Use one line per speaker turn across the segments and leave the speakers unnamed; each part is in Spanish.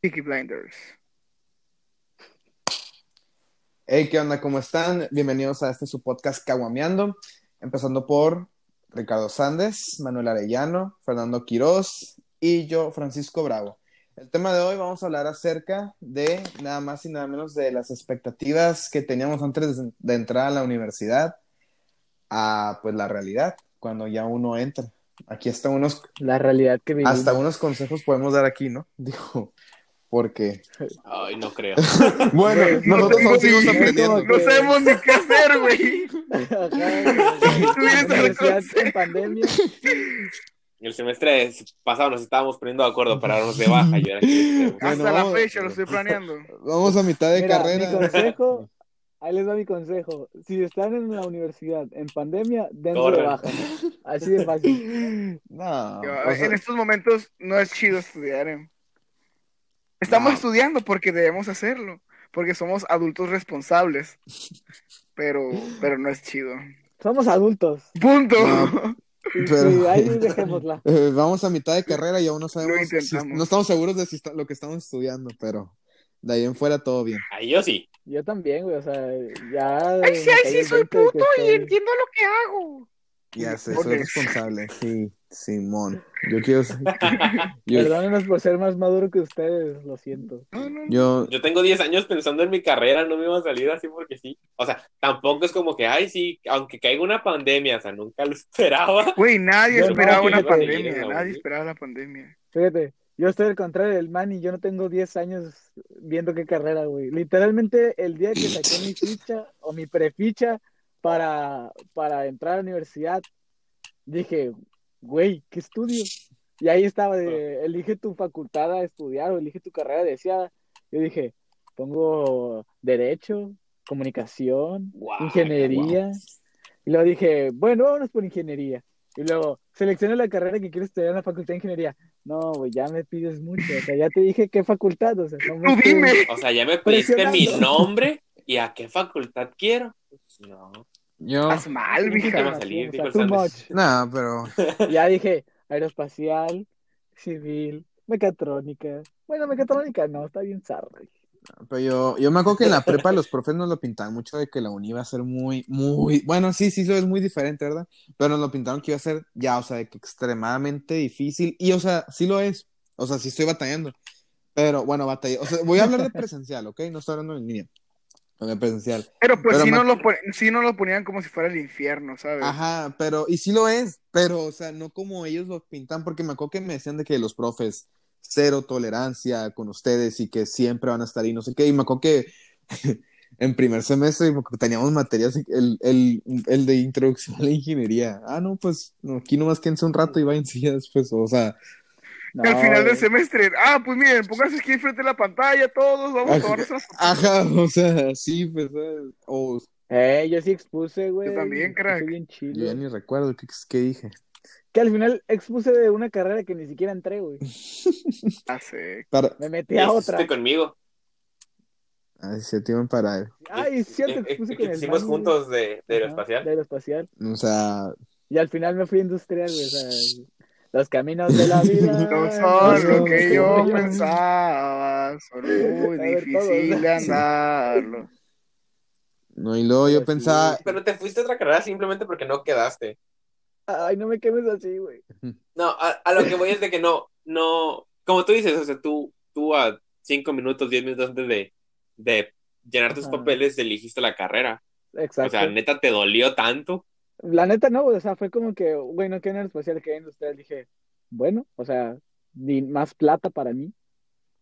Peaky Blinders.
Hey, ¿qué onda? ¿Cómo están? Bienvenidos a este su podcast Caguameando. Empezando por Ricardo Sández, Manuel Arellano, Fernando Quirós y yo, Francisco Bravo. El tema de hoy vamos a hablar acerca de nada más y nada menos de las expectativas que teníamos antes de entrar a la universidad a pues la realidad cuando ya uno entra. Aquí hasta unos
La realidad que vivimos.
hasta unos consejos podemos dar aquí, ¿no? Digo, porque
Ay, no creo.
bueno,
no
nosotros
tengo
aún seguimos
ni-
aprendiendo.
No sabemos ni qué hacer, güey.
Ajá, güey.
Tuvieras
La universidad
reconocido.
en pandemia.
El semestre pasado nos estábamos poniendo de acuerdo para darnos de baja. Yo era que-
Bueno,
Hasta la
vamos-
fecha lo estoy planeando.
Vamos a mitad de
Mira,
carrera.
Mi consejo, ahí les va mi consejo. Si están en la universidad en pandemia, dense de
Corran.
baja. Así de fácil.
No,
Yo,
Ah, o sea,
en estos momentos no es chido estudiar. ¿eh? Estamos
No.
estudiando porque debemos hacerlo, porque somos adultos responsables. Pero, pero no es chido.
Somos adultos.
Punto.
No.
Y,
Pero-
y ahí dejémosla.
eh, vamos a mitad de carrera y aún no sabemos, si-
intentamos.
no estamos seguros de si está- lo que estamos estudiando, pero de ahí en fuera todo bien.
Ay, yo sí.
Yo también, güey. O sea, ya.
Ay, sí,
me
ay,
cayó
sí,
el
soy
20 de que
puto y
estoy-
entiendo lo que hago.
Ya sé,
Ok.
soy responsable. Sí, Simón. Yo quiero ser- yo,
Perdónenos por ser más maduro que ustedes, lo siento.
No, no, no.
yo-
Yo tengo 10 años pensando en mi carrera, no me iba a salir así porque sí. O sea, tampoco es como que, ay, sí, aunque caiga una pandemia, o sea, nunca lo esperaba.
Güey, nadie
Yo no,
esperaba
fíjate.
una
Yo
pandemia.
no,
Nadie
güey.
esperaba la pandemia.
Fíjate, yo estoy al contrario del man y yo no tengo 10 años viendo qué carrera, güey. Literalmente el día que saqué mi ficha o mi preficha para, para entrar a la universidad, dije, güey, ¿qué estudio? Y ahí estaba de, elige tu facultad a estudiar o elige tu carrera deseada. Yo dije, pongo derecho, comunicación,
Guau,
Ah,
ingeniería. Y luego dije, bueno, vámonos por ingeniería. Y luego, selecciona la carrera que quieres estudiar en la facultad de ingeniería. No, güey, ya me pides mucho. O sea, ya te dije qué facultad. O sea, no me
Tú
estés-
dime.
O sea, ya me pediste mi
Presionando.
nombre y a qué facultad quiero. Pues, No.
yo,
Haz mal,
no
te va a
mija.
así,
salir,
o
dijo
sea,
el
too
Sandes.
nada, pero
much. Ya dije, aeroespacial, civil, mecatrónica. Bueno, mecatrónica no, está bien zarra. güey.
Pero yo, yo me acuerdo que en la prepa los profes nos lo pintaban mucho de que la uni iba a ser muy, muy, bueno, sí, sí, eso es muy diferente, ¿verdad? Pero nos lo pintaron que iba a ser ya, o sea, de que extremadamente difícil. Y, o sea, sí lo es. O sea, sí estoy batallando. Pero bueno, batallé. O sea, voy a hablar de presencial, ¿ok? No estoy hablando en línea. De presencial.
Pero pues
Pero
sí,
ma-
no lo pon- sí no lo ponían como si fuera el infierno, ¿sabes?
Ajá, pero, y sí lo es, pero, o sea, no como ellos lo pintan, porque me acuerdo que me decían de que los profes, cero tolerancia con ustedes y que siempre van a estar ahí, no sé qué, y me acuerdo que en primer semestre como que teníamos materias, el, el, el de introducción a la ingeniería, ah, no, pues, no, aquí nomás quédense un rato y váyanse ya después, o sea,
No,
al final del
güey.
semestre, ah, pues miren, pónganse aquí frente a la pantalla todos, vamos a tomar nuestras
ajá, o sea, sí, pues, ¿sabes? o
Eh, yo sí expuse, güey.
Yo también,
expuse
crack.
bien chido.
yo ya ni recuerdo qué, qué dije,
Que al final expuse de una carrera que ni siquiera entré, güey.
Ah, sí.
para,
Me metí a otra.
Estuviste conmigo.
ay, se te iban para
Ay, es cierto,
Eh, eh,
expuse
que
con el
hicimos
Dani,
juntos de, de
güey.
aeroespacial.
Ajá, De aeroespacial.
o sea,
Y al final me fui industrial, güey. O sea, los caminos de la vida.
No son lo que yo
Los caminos.
pensaba, son muy
A ver,
difícil
todos.
de andarlo.
no, y luego yo
Así
pensaba,
Pero te fuiste a otra carrera simplemente porque no quedaste.
Ay, no me quemes así, güey.
No, a, a lo que voy es de que no, no, como tú dices, o sea, tú, tú a cinco minutos, diez minutos antes de, de llenar tus
Ajá.
papeles, eligiste la carrera. O
Exacto.
sea, neta, te dolió tanto.
La neta no, güey. O sea, fue como que, güey, no quiero aeroespacial, que industrial. Dije, bueno, o sea, di- más plata para mí.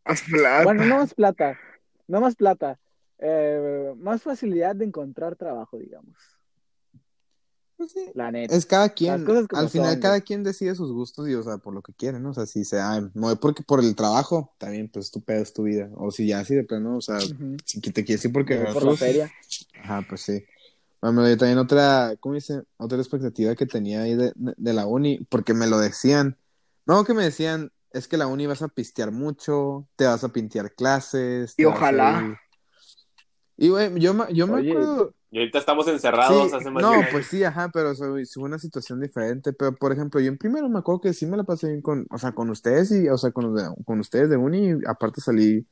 Haz plata.
Bueno, no más plata. No más plata. Eh, más facilidad de encontrar trabajo, digamos.
pues sí,
La neta.
Es cada
Las
quien,
cosas como
al final
son,
cada
güey.
quien decide sus gustos y, o sea, por lo que quiere, ¿no? O sea, si se, ah, me voy porque por el trabajo, también, pues, tu pedo es tu vida. O si ya así de plano, o sea,
Ujú.
si que te quieres ir porque...
Por la feria.
Ajá, pues sí. Bueno, yo también otra, ¿cómo dice? Otra expectativa que tenía ahí de, de la uni, porque me lo decían. No, que me decían, es que la uni vas a pistear mucho, te vas a pintear clases.
Y
te vas a
ojalá.
ir". Y, güey, yo, me- yo me
Oye.
acuerdo,
Y ahorita estamos encerrados
Sí,
hace más
no,
de un año.
pues sí, ajá, pero soy, soy una situación diferente. Pero, por ejemplo, yo en primero me acuerdo que sí me la pasé bien con, o sea, con ustedes y, o sea, con, los de- con ustedes de uni. y aparte salí,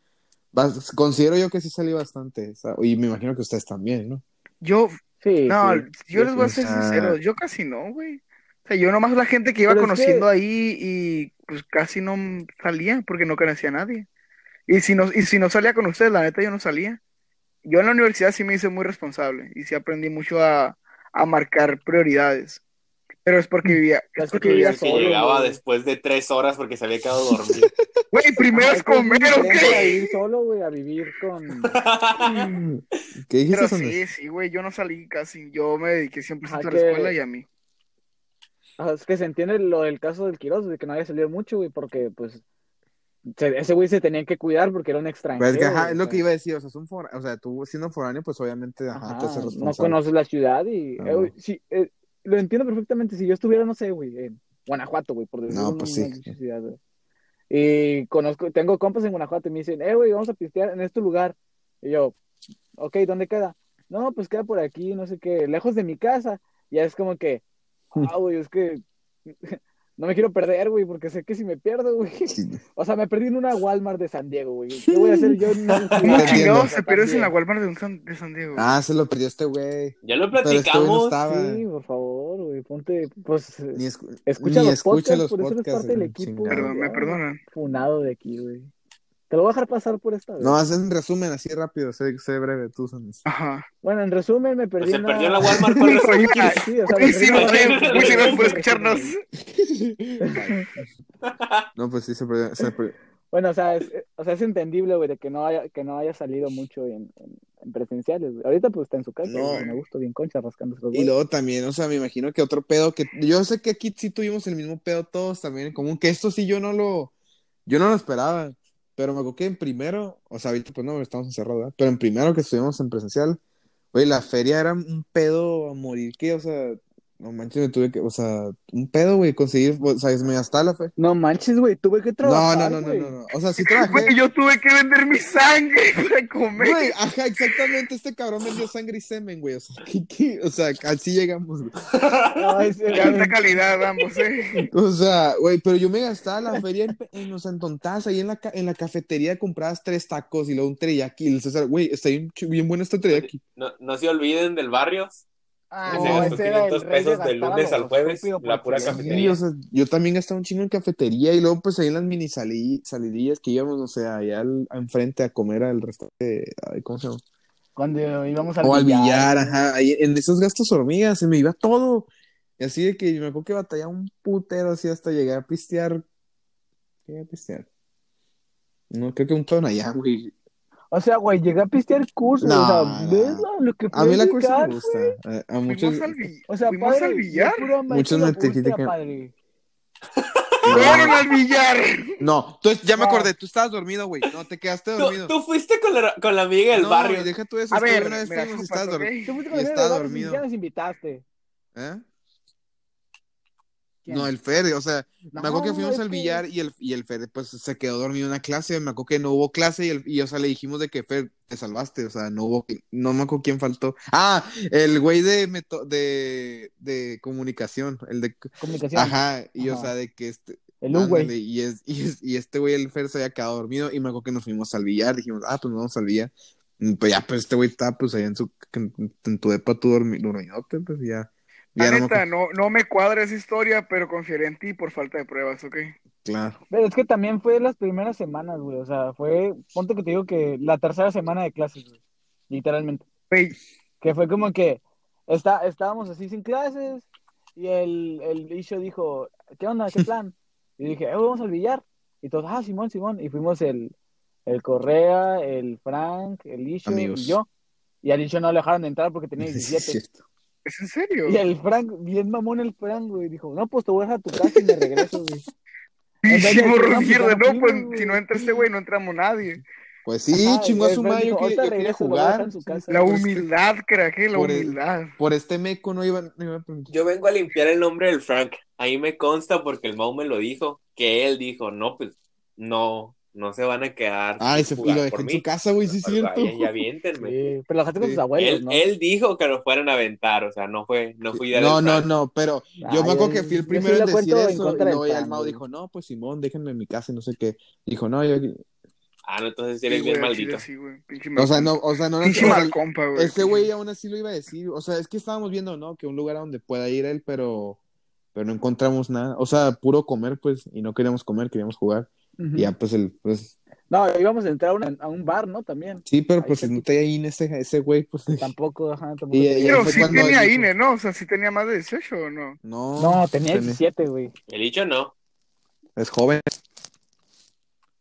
bas- considero yo que sí salí bastante. o sea, y me imagino que ustedes también, ¿no?
Yo,
Sí,
no,
sí.
yo les voy a ser
o sea-
sincero, yo casi no, güey. O sea, yo nomás la gente que iba
Pero es
conociendo ahí y pues casi no salía porque no conocía a nadie. Y si no, y si no salía con ustedes, la neta yo no salía. Yo en la universidad sí me hice muy responsable y sí aprendí mucho a, a marcar prioridades. Pero es porque vivía, es
Es Mm, que
porque
tú
Y
vivía
es que
solo.
llegaba
güey.
después de tres horas porque se había quedado dormido.
Güey, primero es
pues, que
comer,
muy diferente a
¿ok?
vivir solo, güey, a vivir con...
¿Qué dijiste,
Pero
Sandra?
sí, sí, güey, yo no salí casi, yo me dediqué siempre
Ah,
a la
que-
escuela y a mí.
O sea, es que se entiende lo del caso del Quiroz, de que no había salido mucho, güey, porque, pues, se- ese güey se tenía que cuidar porque era un extranjero.
Pues es que, ajá,
güey,
es
o
lo
sea,
que iba a decir, o sea, es un fora- o sea, tú siendo foráneo, pues obviamente, ajá,
ajá,
te haces
Ah, no
responsable.
conoces la ciudad y...
Ah,
eh, güey, sí, eh, lo entiendo perfectamente. Si yo estuviera, no sé, güey, en Guanajuato, güey, por decir
No,
una-
pues sí.
una pinche ciudad, güey. Y conozco, tengo compas en Guanajuato y me dicen, eh, güey, vamos a pistear en este lugar. Y yo, ok, ¿dónde queda? No, pues queda por aquí, no sé qué, lejos de mi casa. Y es como que,
Mm.
ah, güey, es que no me quiero perder, güey, porque sé que si me pierdo, güey.
Sí.
O sea, me perdí en una Walmart de San Diego, güey. ¿Qué voy a hacer yo? No,
¿Cómo
entiendo.
chingados se pierdes en la Walmart de, un San, de San Diego?
Ah, se lo perdió este güey.
ya lo
Pero este güey no
platicamos.
estaba.
Sí, por favor, güey, ponte, pues,
Ni, escu-
escucha
ni
los
escucha
podcasts,
los
por eso eres
podcasts,
parte del
güey,
equipo.
chingado.
Perdón, me perdonan.
funado de aquí, güey. Te lo voy a dejar pasar por esta vez.
No, haz un resumen así rápido, sé, sé breve, tú, Sanders.
Ajá.
Bueno, en resumen, me
Pues
perdí
se
en
perdió en la Walmart con los
Oye,
Sí, o sea, me
Uy,
perdí
sí,
en la
no sé,
Walmart.
muchas gracias por escucharnos.
No, pues sí, se perdió. se perdió.
Bueno, o sea, es, eh, o sea, es entendible, güey, de que no haya, que no haya salido mucho en, en- en presenciales. güey. Ahorita, pues, está en su casa,
No.
güey, me gusta bien concha, rascándose los
Y
huevos.
luego también, o sea, me imagino que otro pedo que. Yo sé que aquí sí tuvimos el mismo pedo todos también, como que esto sí yo no lo. Yo no lo esperaba, pero me acuerdo que en primero, o sea, ahorita pues no, estamos encerrados, ¿verdad? Pero en primero que estuvimos en presencial, güey, la feria era un pedo a morir, que, o sea, no manches, me tuve que, o sea, un pedo, güey, conseguir, o sea, me gastaba la feria.
No manches, güey, tuve que
No,
trabajar,
no, no, no,
güey.
no, no, o sea, sí trabajé.
Güey, yo tuve que vender mi sangre para comer.
Güey, ajá, exactamente, este cabrón vendió sangre y semen, güey, o sea, ¿qué- qué? o sea, así llegamos, güey.
No, ese,
De alta calidad ambos, eh.
O sea, güey, pero yo me gastaba la feria en, en o sea, en tontadas, ahí en la, ca- en la cafetería comprabas tres tacos y luego un teriyaki, y el César, güey, está bien, ch- bien bueno este teriyaki.
No, no se olviden del barrio.
Ah,
Ese
no,
gastó
ese era el
500
rey
pesos
gastar
del lunes
a
al
lo
jueves,
estúpido
la
por
pura
tener-
cafetería.
Sí, o sea, yo también gastaba un chingo en cafetería y luego pues ahí en las mini sali- salidillas que íbamos, o sea, allá al, enfrente a comer al restaurante, ay, ¿cómo se llama?
Cuando íbamos
O al billar,
güey.
ajá, ahí en esos gastos hormigas se me iba todo. Y así de que me acuerdo que batallaba un putero así hasta llegar a pistear. Llegué a pistear. No, creo que un ton allá, güey.
O sea, güey, llegué a pistear cursos,
No,
o sea,
no.
¿ves lo- lo que
A mí la
puedes
cursa
llegar,
me gusta. A, a muchos.
Fuimos al, bi-
O sea,
fuimos
padre,
al billar.
Muchos
muchos
me
me
critican.
padre.
Fueron al billar.
No, tú, ya me
No.
acordé, tú estabas dormido, güey. No, te quedaste dormido.
Tú, tú fuiste con la, con la amiga del
no,
barrio.
güey, deja tú eso.
A
es que
ver,
una vez
mira,
fuimos y
chupas,
estabas
¿ok?
dormido.
Tú fuiste
Y
con el
estaba
de Barrio
dormido.
y ya nos invitaste.
¿Eh?
¿Quién?
No, el Fer, o sea,
No,
me acuerdo que fuimos
es
al
que-
billar y el, y el Fer pues se quedó dormido en una clase, me acuerdo que no hubo clase y, el- y, o sea, le dijimos de que Fer, te salvaste, o sea, no hubo, no me acuerdo quién faltó. Ah, el güey de, meto- de, de comunicación, el de,
Comunicación.
ajá, y o
Ajá.
sea, de que este,
el U, güey.
ándale, y, es, y, es- y este güey, el Fer, se había quedado dormido y me acuerdo que nos fuimos al billar, dijimos, ah, pues nos vamos al billar. Y, Pues ya, pues este güey está, pues allá en su, en, en tu depa, tú dormi- dormidote, pues ya.
La
Ya no me
neta,
acuerdo.
no, no me cuadra esa historia, pero confiaré en ti por falta de pruebas, ¿ok?
Claro.
Pero es que también fue las primeras semanas, güey. O sea, fue, ponte que te digo que la tercera semana de clases, güey. Literalmente.
Güey,
Que fue como que está, estábamos así sin clases y el, el bicho dijo, ¿qué onda? ¿Qué plan? Y dije, eh, vamos al billar. Y todos, ah, Simón, Simón. Y fuimos el, el Correa, el Frank, el Isho
Amigos.
y yo. Y al Isho no le dejaron de entrar porque tenía 17.
¿es en serio?
Y el Frank, bien mamón el Frank, güey, dijo, no, pues te voy a dejar a tu casa y me regreso, güey.
Pinche
Entonces,
morro
no,
de
pues,
mierda,
ya no
no, pues
fuimos,
si no
güey.
entra este güey, no entramos nadie.
Pues sí,
Ajá,
chingó a
el
su
Fer
madre, yo
dijo,
quería,
"Ahorita
yo quería
regreso, lo voy a dejar
jugar.
en su casa".
La
Pues,
humildad, crack, eh, la
Por el-
humildad.
Por este meco no iba, no iba a preguntar.
Yo vengo a limpiar el nombre del Frank. Ahí me consta porque el Mau me lo dijo, que él dijo, no, pues, no, No se van a quedar.
Ay,
sin
se, y
jugar
Ah, lo
por
dejó en
mí.
su casa, güey, sí es
Pues
cierto.
vayan y aviéntenme.
Sí, pero lo dejaste con
Sí.
tus abuelos,
él,
¿no?
él dijo que lo fueran a aventar, o sea, no fue, no fui
No, no, no, pero yo
Ay,
me acuerdo
ay,
que fui el
yo sí
primero en
lo
decir
cuento en
eso, y
contra del
luego ya el
pan,
Mau
güey.
dijo, no, pues Simón, déjenme en mi casa y no sé qué. Dijo, no, yo...
Ah, no, entonces sí
Sí,
eres bien
güey, al chile
maldito.
sí, güey. Pinche
O sea,
mal-
no, o sea, no...
Pinche
o sea,
mal compa, güey.
Este güey aún así lo iba a decir. O sea, es que estábamos viendo, ¿no? Que un lugar a donde pueda ir él, pero, pero no encontramos nada. O sea, puro comer, pues, y no queríamos comer, queríamos jugar.
Ujú.
Y ya, pues, el, pues,
No, íbamos a entrar a, una- a un bar, ¿no? También.
sí, pero
Ahí
pues
cerquita.
no está ahí en ese, ese güey, pues.
Tampoco, ajá, tampoco.
Y-
tenía-
y-
Pero
fue
sí
cuando
tenía
dijo-
INE, ¿no? O sea, sí tenía más de 18 o no.
No,
No, tenía 17, güey.
El dicho no.
es joven.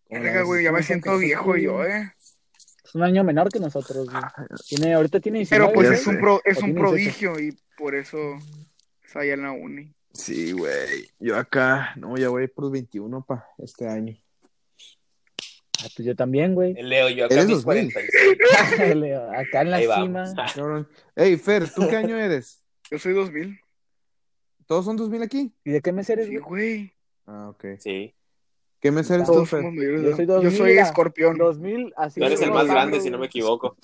¿Cómo la
Verga,
ves?
güey, ya me
sí,
siento
porque-
viejo yo, eh.
Es un año menor que nosotros, güey. Tiene, ahorita tiene
Pero
19.
pues
ya
es un,
sé.
pro, es un
O tiene 18.
prodigio y por eso está allá en la uni.
Sí, güey. Yo acá, no, ya voy por 21 pa este año.
Ah, pues yo también, güey.
El Leo, yo acá
Eres
a mis
2000.
46.
Acá en la
Ahí pues,
cima.
Ah.
vamos.
Cabrón. Ey, Fer, ¿tú qué año eres?
Yo soy 2000.
¿Todos son 2000 aquí?
¿Y de qué mes eres,
Sí,
güey?
güey.
Ah, ok.
Sí.
¿Qué mes eres tú,
Todos
Fer?
somos mayores.
Yo
¿no?
soy
Yo
2000,
soy
mira.
escorpión.
2000, así
Tú eres
soy
el más
yo,
grande,
güey.
si no me equivoco.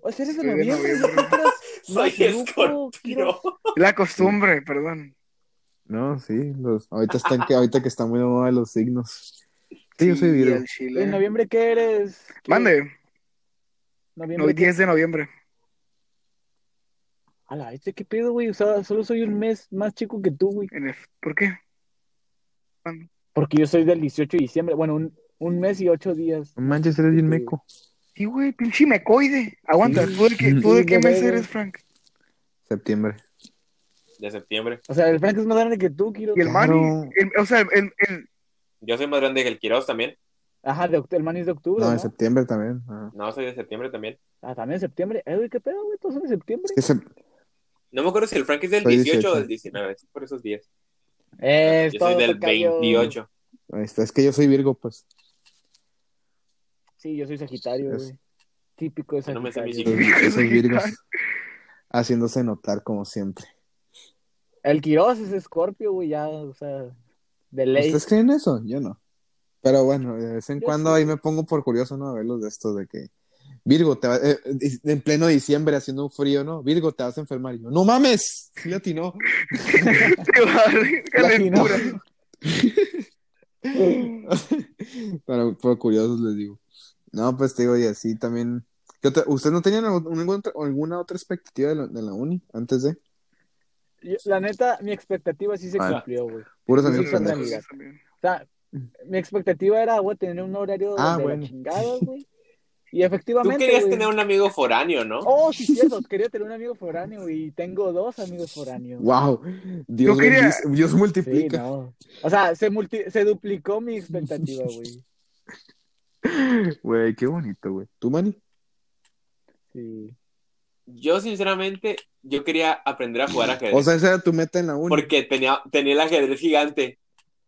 O sea, eres de
Soy de
noviembre. Yo
noviembre.
creo que eras
Soy
más grupo,
escorpio.
La costumbre, perdón.
No, sí, los, ahorita están que, ahorita que está muy de moda los signos. Sí, yo soy Virgo.
al
Kiro. ¿En
Chile.
noviembre qué eres? ¿Qué-
Mande, no,
¿Noviembre qué?
10 de noviembre.
Ala, este qué pedo, güey. O sea, solo soy un mes más chico que tú, güey.
En el- ¿Por qué?
Porque yo soy del 18 de diciembre. Bueno, un, un mes y ocho días.
No Manches, eres bien
Sí.
meco.
Sí, güey, pinche mecoide. Aguanta, ¿tú de qué, tú de
Sí,
qué
de
mes
verga.
eres, Frank?
Septiembre.
De septiembre.
O sea, el Frank es más grande que tú, Kiro.
Y el
Claro.
Manny, el- o sea, el, el-
Yo soy más grande que el Quiroz también.
Ajá, de, oct- el man es de octubre,
No,
¿no?
en septiembre también. ah.
No, soy de septiembre también.
Ah, también en septiembre. Eh, güey, qué pedo, güey. Todos son en septiembre.
Es que sep-
No me acuerdo si el Frank es del
Soy
18,
18.
o del 19. Es por esos días.
Eh,
Yo soy
todo
del
tocayo.
28.
ahí está, es que yo soy Virgo, pues.
Sí, yo soy Sagitario,
Es-
güey. Típico de
Yo no me sé mis
Sagitario.
Los-
Virgo,
Esos
sí,
Virgos
claro.
haciéndose notar como siempre.
El Quiroz es Escorpio, güey, ya, o sea, de ley.
¿Ustedes creen eso? Yo no. Pero bueno, de vez en
Yo
cuando
sí.
ahí me pongo por curioso, ¿no? A ver los de estos de que. Virgo, te va- eh, eh, en pleno diciembre haciendo un frío, ¿no? Virgo, te vas a enfermar. Y yo, ¡No mames! Sí, le atinó.
Te va a dar calentura.
Para, por curiosos les digo. No, pues te digo, y así también. ¿Qué otra- ¿Ustedes no tenían algún- alguna otra- alguna otra expectativa de la, de la uni antes de?
Yo- la neta, mi expectativa sí se
Ah, no.
cumplió, güey.
Puros
Sí,
amigos
sí,
pendejos.
realidad. O sea, mi expectativa era, güey, tener un horario
Ah,
de
bueno.
la chingada, güey. Y
Tú
efectivamente,
querías
güey.
tener un amigo foráneo, ¿no?
Oh, sí, cierto, quería tener un amigo foráneo y tengo dos amigos foráneos.
¡Wow! Dios,
Yo quería-
bendice- Dios
Sí,
multiplica.
no. O sea, se, multi- se duplicó mi expectativa, güey.
Güey, qué bonito, güey. ¿Tú, Manny?
Sí.
Yo, sinceramente, yo quería aprender a jugar ajedrez.
O sea, esa era tu meta en la uni.
porque tenía, tenía el ajedrez gigante.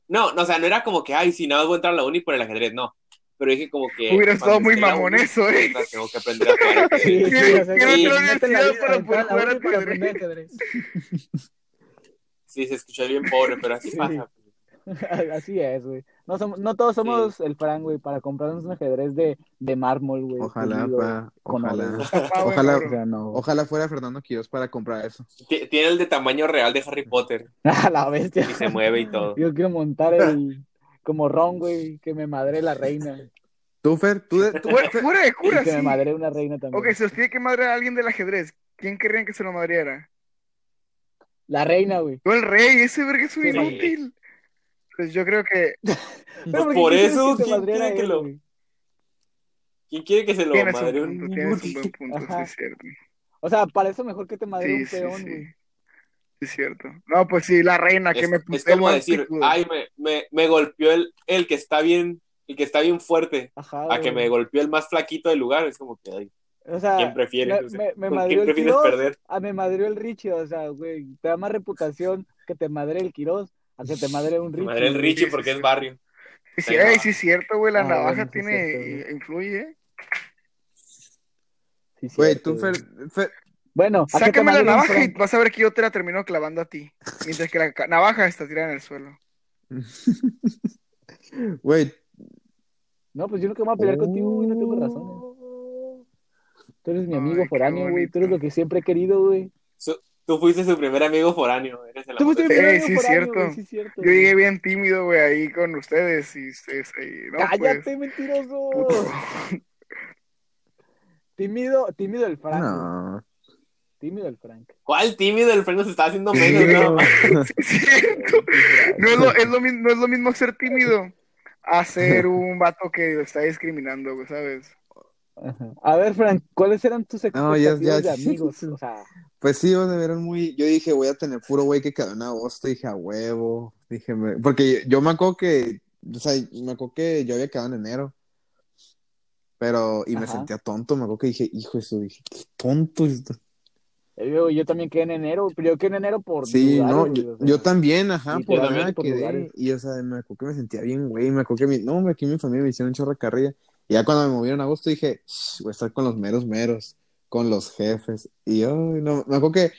No, no, o sea, no era como que, ay, si nada más voy a entrar a la uni por el ajedrez, no. Pero dije como que.
Hubiera
cuando
estado muy
esté en la
mamón
uni,
eso, eh.
puta, Tengo que aprender a jugar ajedrez.
Sí, sí,
Quiero-
o sea,
quiero
güey,
ir a la
mete la
universidad
vida,
para
aventar
poder
la
jugar
uni para
ajedrez.
aprender ajedrez.
Sí, se escuchó bien pobre, pero así
Sí.
pasa.
Así es, güey. No, somos, no todos somos el Fran, güey, para comprarnos un ajedrez de, de mármol, güey.
Ojalá,
pulido.
pa,
con
ojalá.
oro.
Ah, güey,
Ojalá-
O
morro.
sea, no.
Ojalá fuera Fernando Quirós para comprar eso.
Ti- Tiene el de tamaño real de Harry Potter
A la bestia.
y se mueve y todo.
Yo quiero montar el. Como Ron, güey, que me madre la reina.
¿Tú, Fer? ¿Tú, de- tú-
Fuera- Fuera de
Y
cura,
que me
sí.
madre una reina también.
Ok, si os tiene que madrear a alguien del ajedrez, ¿quién querrían que se lo madreara?
La reina, güey.
Yo el rey, ese verga es un
Sí.
inútil. Pues yo creo que
Pero ¿por qué
por
quisieras
eso,
que te
¿quién
madreara
quiere que
él,
lo-
güey?
¿Quién quiere que se lo
tienes
madre
un punto, tienes un
inútil?
buen punto, sí
Ajá.
es cierto.
O sea, para eso mejor que te madre
Sí,
un
sí,
peón, güey.
sí. Sí, Es cierto. No, pues sí, la reina que
Es,
me
es
puse
como
más
decir,
picudo.
ay, me, me, me golpeó el, el que está bien, el que está bien fuerte,
Ajá.
a que
güey.
me golpeó el más flaquito del lugar. Es como que, ay,
O sea,
¿quién prefieres?
me-
O sea,
me, me
¿Con
madreó
quién
el
prefieres
Quiroz,
perder?
a Ah, me madreó el Richie, o sea, güey, te da más reputación que te madre el Quiroz a que te madre un
Me
Richie.
madre el
güey.
Richie
sí,
porque
sí.
es barrio.
Sí, sí,
la
ey,
navaja.
sí es cierto, güey, la
Ah, bueno,
navaja
sí es
tiene,
cierto,
influye, ¿eh?
Sí,
Güey,
cierto,
tú, Fer,
güey.
Fer-
Bueno, a que te
Sácame la
madre un
navaja y
Frank.
vas a ver que yo te la termino clavando a ti. Mientras que la ca- navaja está tirada en el suelo.
Güey,
No, pues yo nunca me voy a pelear contigo, güey, no tengo razones.
Oh.
Tú eres mi amigo
Oh, Ay, qué
foráneo, güey. Tú eres
bonito.
lo que siempre he querido, güey.
Tú fuiste su primer amigo foráneo. Eres el
Tú
amor
fuiste
de-
mi
Eh,
primer amigo
sí es
foráneo,
cierto.
güey, sí es cierto.
Yo llegué bien tímido, güey, ahí con ustedes y, se- se- no, pues,
¡Cállate, mentiroso!
puto.
Tímido, tímido el Frank. güey.
No.
Tímido el Frank.
¿Cuál tímido? El freno se está haciendo
Sí,
menos,
no.
¿no?
Pues, Sí, no es lo, es lo mismo, no es lo mismo ser tímido a ser un vato que lo está discriminando, güey, ¿sabes?
Ajá. A ver, Frank, ¿cuáles eran tus
No, ya-
expectativas
ya-
de amigos? O sea,
Pues sí, o sea, eran muy. Yo dije, voy a tener puro güey que quedó en agosto. Dije, a huevo. Dije, me- porque yo me acuerdo que. O sea, me acuerdo que yo había quedado en enero. Pero. Y me
Ajá.
sentía tonto. Me acuerdo que dije, hijo, eso. Dije, qué tonto. esto".
yo, yo también quedé en enero, pero yo quedé en enero por
Sí,
lugares,
no,
güey,
yo,
o sea.
yo también, ajá,
Sí,
por
yo
allá
también,
por
quedé,
lugares.
y o sea, me acuerdo que me sentía bien, güey, me acuerdo que mi, no, hombre, aquí mi familia me hicieron un chorro de carrilla, y ya cuando me movieron a agosto dije, "Shh, voy a estar con los meros meros, con los jefes, y yo, no, me acuerdo que,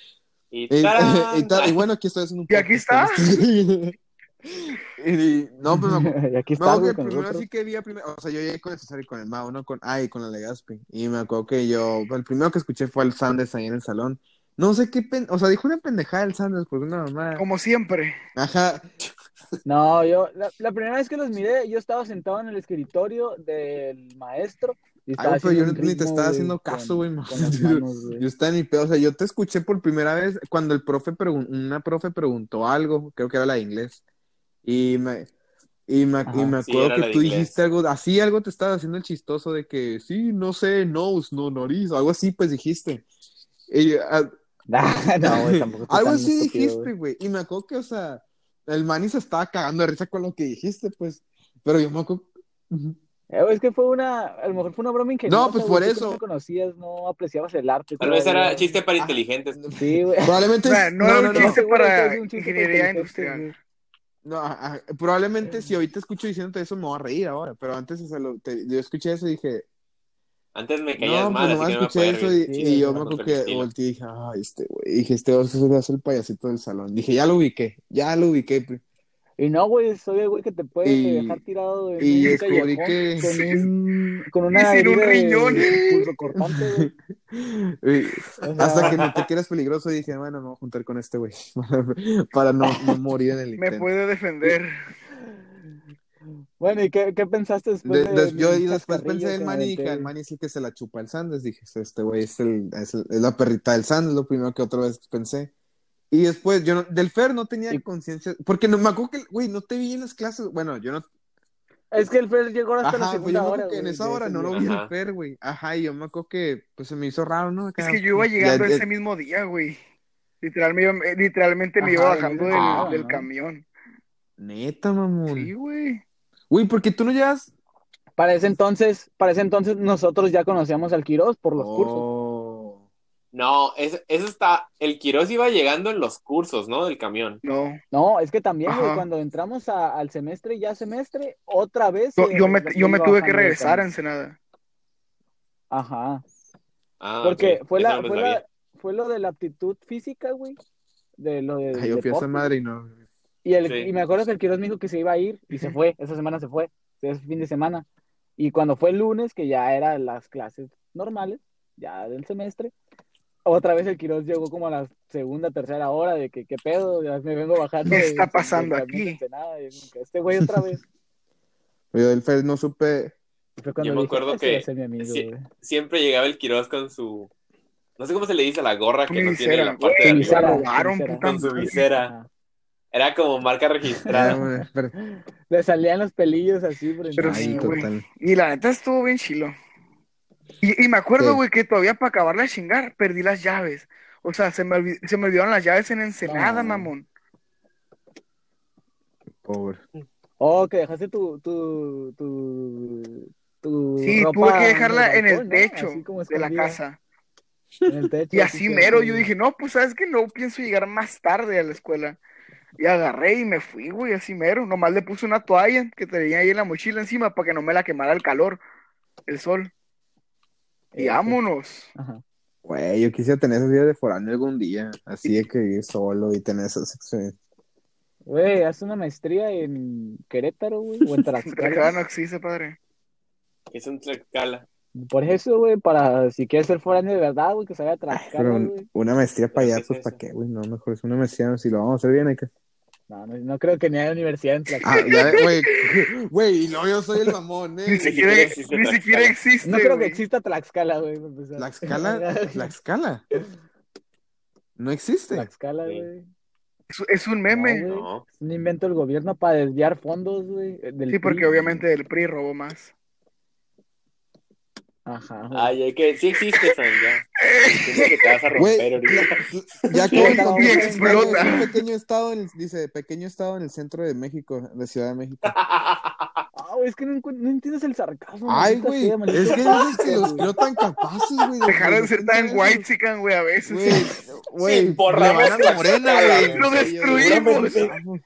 Y
y,
tarán. ah,
y tal, y bueno, aquí estoy haciendo un
Y aquí
podcast con este- y, no, pues me acuerdo,
y aquí
me
está,
acuerdo
güey,
que
con
primero
nosotros.
sí que vi, a primer- o sea, yo llegué con el César y con el Mao, ¿no? Con, ay, con el Legaspi. Y me acuerdo que yo, el primero que escuché fue al Sanders ahí en el salón. No sé qué, pen- o sea, dijo una pendejada el Sanders, porque una mamá.
Como siempre.
Ajá,
No, yo, la, la primera vez que los miré, yo estaba sentado en el escritorio del maestro. Y estaba
Ay, güey, pero yo
haciendo
no-
un
ni te
ritmo,
estaba
güey,
haciendo caso, güey,
Con,
ma.
con las manos, güey.
yo estaba en mi pedo. O sea, yo te escuché por primera vez cuando el profe pregun- una profe preguntó algo, creo que era la de inglés. Y me, y me,
Ajá.
y me
Sí,
acuerdo
era la
que
de
tú
inglés.
dijiste algo, así algo te estaba haciendo el chistoso de que, sí, no sé, nose, no, nariz, algo así, pues dijiste. Y, ah,
Nah, no, güey, tampoco estoy
algo
tan
así
estúpido,
dijiste,
güey.
güey. Y me acuerdo que, o sea, el maní se estaba cagando de risa con lo que dijiste, pues. Pero yo me acuerdo. Ujú.
Eh, güey, es que fue una, a lo mejor fue una broma ingeniosa.
No, pues, por
güey, tú que
eso.
No me conocías, no apreciabas el arte.
Tal vez
todavía,
era
güey.
chiste para
Ajá.
inteligentes.
Sí, güey.
Probablemente.
O sea, no era un
Estoy
chiste
seguro que
para
es un chiste
ingeniería
inteligente,
industrial.
güey.
No, a- a- probablemente si ahorita escucho diciéndote eso me voy a reír ahora, pero antes o sea, lo- te- yo escuché eso y dije,
Antes me caías
no,
mal,
pues
así
nomás
que no
escuché
me puede
eso
reír.
y,
Sí,
y yo
no,
me
no,
acuerdo
tranquilo.
que volteé y dije, ah, este güey, dije, este va a ser el payasito del salón. Dije, ya lo ubiqué, ya lo ubiqué. pri-
Y no, güey, soy el güey que te puede
Y-
dejar tirado en
Y
un
descubrí
callejón
que...
con un con una
sin un
herida de
riñón.
pulso cortante, güey.
y-
O sea,
hasta que noté que eras peligroso y dije, bueno, me voy a juntar con este güey para no, no morir en el
Me
intento.
puede defender.
Bueno, ¿y qué, qué pensaste después
De-
de,
des-
mi
yo y después
chascarrillo
pensé en
que me
Manny y dije,
aventé,
el
güey?
Manny es el que se la chupa el Sanders. Dije, este güey es, el, es, el- es la perrita del Sanders, lo primero que otra vez pensé. Y después, yo no- del Fer no tenía
Y-
conciencia, porque no, me acuerdo que, güey, no te vi en las clases. Bueno, yo no.
Es que el Fer llegó hasta la
Ajá, güey, yo
segunda
me
hora,
acuerdo que en
güey,
esa
de
hora
ese
no lo
día.
vi
Ajá.
al Fer, güey. Ajá, y yo me acuerdo que, pues se me hizo raro, ¿no?
Es
Acá,
que
pues,
yo iba
ya-
llegando
ya-
ese mismo día, güey. Literal, me iba- eh, literalmente me iba
Ajá, ah, y no
bajando
se
del,
enteraron,
del
¿no?
camión.
Neta, mamón.
Sí, güey.
Güey, porque tú no llevas.
Para ese entonces, para ese entonces nosotros ya conocíamos al Quirós por los cursos.
Oh.
No, es- eso está. El Quirós iba llegando en los cursos, ¿no? Del camión.
No.
No, es que también, güey,
Ajá.
cuando entramos a- al semestre, ya semestre, otra vez.
Yo,
eh,
yo me,
ya se
yo me
iba
tuve que
bajando del
regresar a
camión.
Ensenada.
Ajá.
Ah,
Porque
ok.
fue
Eso
la,
no lo
fue
sabía.
la, fue lo de la aptitud física, güey. De lo de
Ay, yo fui a esa
deporte.
madre y no.
Y, el,
Sí.
y me acuerdo que el Quiroz me dijo que se iba a ir y se fue, esa semana se fue, ese fin de semana. Y cuando fue el lunes, que ya eran las clases normales, ya del semestre, otra vez el Quiroz llegó como a la segunda, tercera hora de que, ¿qué pedo? Ya me vengo bajando.
¿Qué
de-
está
del
pasando
camión de
aquí?
Ensenada, y como que, este güey otra vez.
Yo del Fer no supe.
Y fue cuando
Yo me
dije,
acuerdo
"Ese va a
que
ser mi amigo,
sí-
güey".
Siempre llegaba el Quirós con su. No sé cómo se le dice a la gorra que
Mi
no tiene
visera,
la parte de
güey.
arriba.
Se
Visera,
robaron,
visera.
puta
Con su
madre.
visera.
Ajá.
Era como marca
Ah,
registrada.
bueno, Fer.
Le salían los pelillos así por
Pero
encima.
sí,
Ay,
güey.
total.
Y la neta estuvo bien chilo. Y, y me acuerdo,
Sí.
güey, que todavía para acabarla de chingar, perdí las llaves. O sea, se me, olvi- se me olvidaron las llaves en Ensenada,
No.
mamón.
Pobre.
Oh, que dejaste tu, tu, tu, tu
Sí,
ropa
tuve que dejarla en el
balcón, ¿no?
techo
Así como
de la
escondida,
casa.
En el techo.
Y
sí,
así
cierto,
mero, yo
güey.
dije, no, pues sabes que no pienso llegar más tarde a la escuela. Y agarré y me fui, güey, así mero. Nomás le puse una toalla que tenía ahí en la mochila encima para que no me la quemara el calor, el sol. Y
Eh,
vámonos.
Ajá.
Güey, yo quisiera tener esos días de foráneo algún día, así de que vivir solo y tener esas experiencias.
Güey, haz una maestría en Querétaro, güey, o en
Entrajada
Tlaxcala.
no existe, padre.
Es un Tlaxcala.
Por eso, güey, para si quieres ser foráneo de verdad, güey, que se vaya
Ah,
a
Pero
Tlaxcala,
un-
güey.
una maestría para allá,
Pero ¿qué es
pues para
eso?
qué, güey, no, mejor es una maestría, si lo vamos a hacer bien hay que...
No, no, no creo que ni haya universidad en Tlaxcala.
Ah, ya, güey, güey, y no, yo soy el mamón,
Ni
eh.
siquiera,
siquiera existe
ni
Tlaxcala.
siquiera existe.
No creo que
güey.
exista Tlaxcala, güey. para empezar.
Tlaxcala, Tlaxcala. No existe.
Tlaxcala,
Sí.
güey.
Es, es un meme.
No, güey.
No.
Es un invento del gobierno para desviar fondos, güey. eh, del
sí, porque
PRI.
obviamente el PRI robó más.
Ajá, güey.
Ay, hay que. Sí existe, Sam, ya. Siento que te vas a
Güey,
romper ahorita.
Tla- ya
Y
que con-
explota.
Es un pequeño estado, en el- dice, pequeño estado en el centro de México, de Ciudad de México.
Ah, güey, es que no, encu- no entiendes el sarcasmo.
Ay,
maldita
güey,
sea, maldito
es que
sea,
dices que los
güey.
creo tan capaces, güey. de-
Dejaron de ser tan
Güey,
white chican, güey, a veces.
Güey, güey,
Sí, borramos
le van a la morena, güey.
Lo destruimos.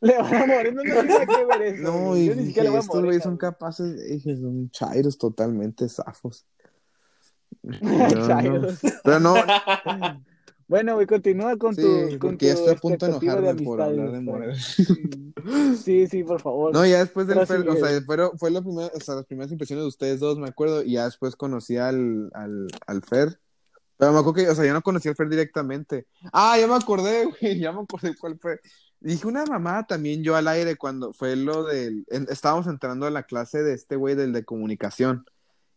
Le van a morir, no tiene que ver eso.
No,
güey.
y
Yo ni
dije,
siquiera le voy a
estos
morir,
güeyes son
güey.
capaces, dije, son chairos totalmente zafos.
Chayo.
Pero no, pero no,
Bueno, güey, continúa con
sí,
tu. con
porque ya
tu
estoy a punto de
expectativa
enojarme por
amistades,
hablar de
güey.
Morena.
Sí, sí, por favor.
No, ya después del
Pero
Fer-
sí,
o
eh.
sea, fueron- fue la primera, o sea, las primeras impresiones de ustedes dos, me acuerdo, y ya después conocí al, al, al Fer. Pero me acuerdo que, o sea, yo no conocí al Fer directamente. Ah, ya me acordé, güey, ya me acordé cuál fue. Dije una mamada también yo al aire cuando fue lo del, en- estábamos entrando a la clase de este güey del de comunicación.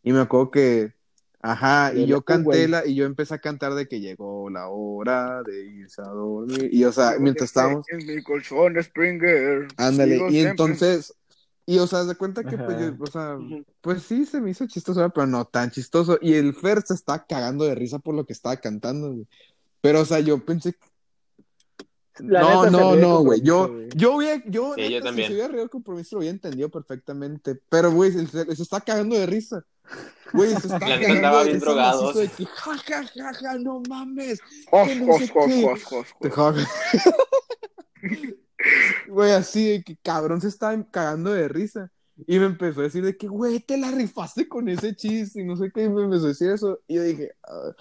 Y me acuerdo que, ajá, y
Del
yo canté
güey.
la, y yo empecé a cantar de que llegó la hora de irse a dormir. Y, o sea, mientras estábamos...
En mi colchón, Springer.
Ándale,
Sigo
y
siempre.
entonces, y o sea, se cuenta que pues,
Ajá.
yo, o sea, pues sí se me hizo chistoso, ¿verdad? pero no tan chistoso. Y el Fer se está cagando de risa por lo que estaba cantando, güey. Pero, o sea, yo pensé que...
La
no,
neta, se
no,
ríe
no,
con
güey. Yo,
permiso, güey.
yo hubiera, yo,
Sí, yo
neta,
también.
si se hubiera reído con permiso, lo hubiera entendido perfectamente. Pero, güey, se, se- se está cagando de risa. Güey, se está
La neta
cagando
andaba
de
bien
risa
drogado.
macizo de que, ja, ja, ja, ja, no mames.
Jos,
que no
jos,
sé
jos,
qué.
jos, jos,
Te
jos.
jodas. Güey, así de que cabrón se estaba cagando de risa. Y me empezó a decir de que, güey, te la rifaste con ese chiste. Y no sé qué, y me empezó a decir eso. Y yo dije, ah,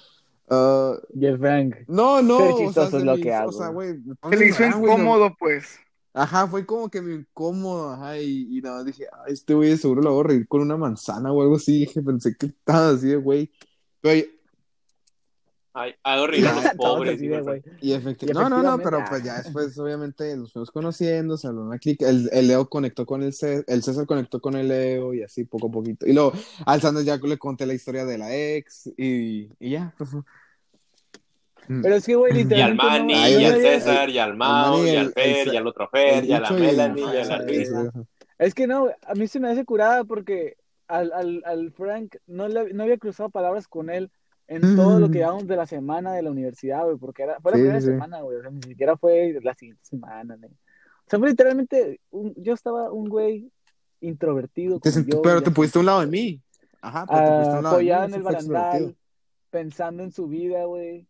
ah,
Y el Frank.
no, no.
Ser
o sea,
chistoso
se
es lo
me
que
hizo-
hago.
O sea, güey,
Se
me puse
le hizo
a llorar, ah, güey, no-
incómodo, pues.
Ajá, fue como que me incómodo, ajá, y, y nada más dije, "Ah, este güey de seguro lo voy a reír con una manzana o algo así, dije, pensé que estaba así de güey. Pero,
Ay, hago reír a los
Todos
pobres.
así de,
dijo el
güey.
Y
Y
efectivamente, no, no, no,
efectivamente- ah.
pero pues ya después, obviamente, nos fuimos conociendo, se habló una clica, el, el Leo conectó con el César, el César conectó con el Leo y así poco a poquito. Y luego al Sandro ya le conté la historia de la ex y, y ya. pues,
Pero es que, güey,
Y al
Y al
literalmente. no-
Manny,
Ay,
y
no
el-
al
había-
César, y al
Manny,
Mao, y
el-
al Fer,
el-
y al otro
el
Fer, y a la
Lucho y-
Melanie,
ajá,
y a la
el-
Luisa.
Es que no, a mí se me hace curada porque al, al, al Frank no, le- no había cruzado palabras con él en todo lo que llevamos de la semana de la universidad, güey, porque era, fue la
Mm. Sí,
primera
sí, sí.
semana, güey, o sea, ni siquiera fue la siguiente semana, güey. O sea, fue literalmente, un- yo estaba un güey introvertido,
Te
como
sent-
yo,
pero
ya
te pusiste a un lado de mí. Ajá, pero te pusiste a un lado de mí,
apoyado en
eso
el
fue
barandal,
extrovertido.
pensando en su vida, güey.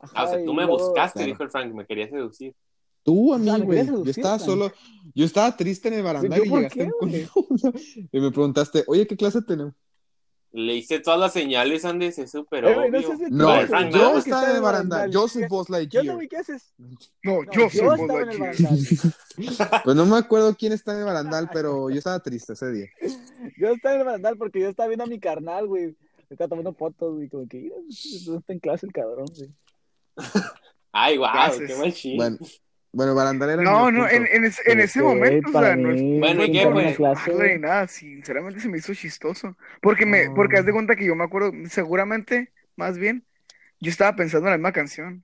Ah, o sea, tú
y luego-
me
Eh,
buscaste,
Claro.
dijo el Frank, me querías seducir.
Tú a
O sea,
mí,
me
güey.
querías
Yo
seducir,
estaba
Frank.
solo, yo estaba triste en el barandal
¿Yo
y
por
llegaste
qué,
con
güey?
y me preguntaste, oye, ¿qué clase tenemos?
Le hice todas las señales, Andes, es súper
Eh, güey, no
obvio.
seas de
No,
tonto,
Frank,
güey.
yo
Claro
yo
que
estaba en el barandal, yo soy Buzz
Yo no
Lightyear.
vi qué haces.
No,
No,
yo
yo
soy Buzz
estaba en el
Lightyear.
barandal.
Pues no me acuerdo quién está en el barandal, pero yo estaba triste ese día.
Yo estaba en el barandal porque yo estaba viendo a mi carnal, güey. Estaba tomando fotos, güey. Como que, mira, pues, no está en clase el cabrón, güey.
Ay, guau,
Gracias.
qué buen chiste.
Bueno, bueno, barandal era
No,
mi
no,
punto.
en, en ese, en
Pero
ese
que, güey,
momento, o
para
sea, no es
mí,
Bueno, ¿y
sin
qué,
tener
pues?
una clase,
malo ni
güey.
nada, sinceramente se me hizo chistoso. Porque me, porque
Ah.
haz de cuenta que yo me acuerdo, seguramente, más bien, yo estaba pensando en la misma canción.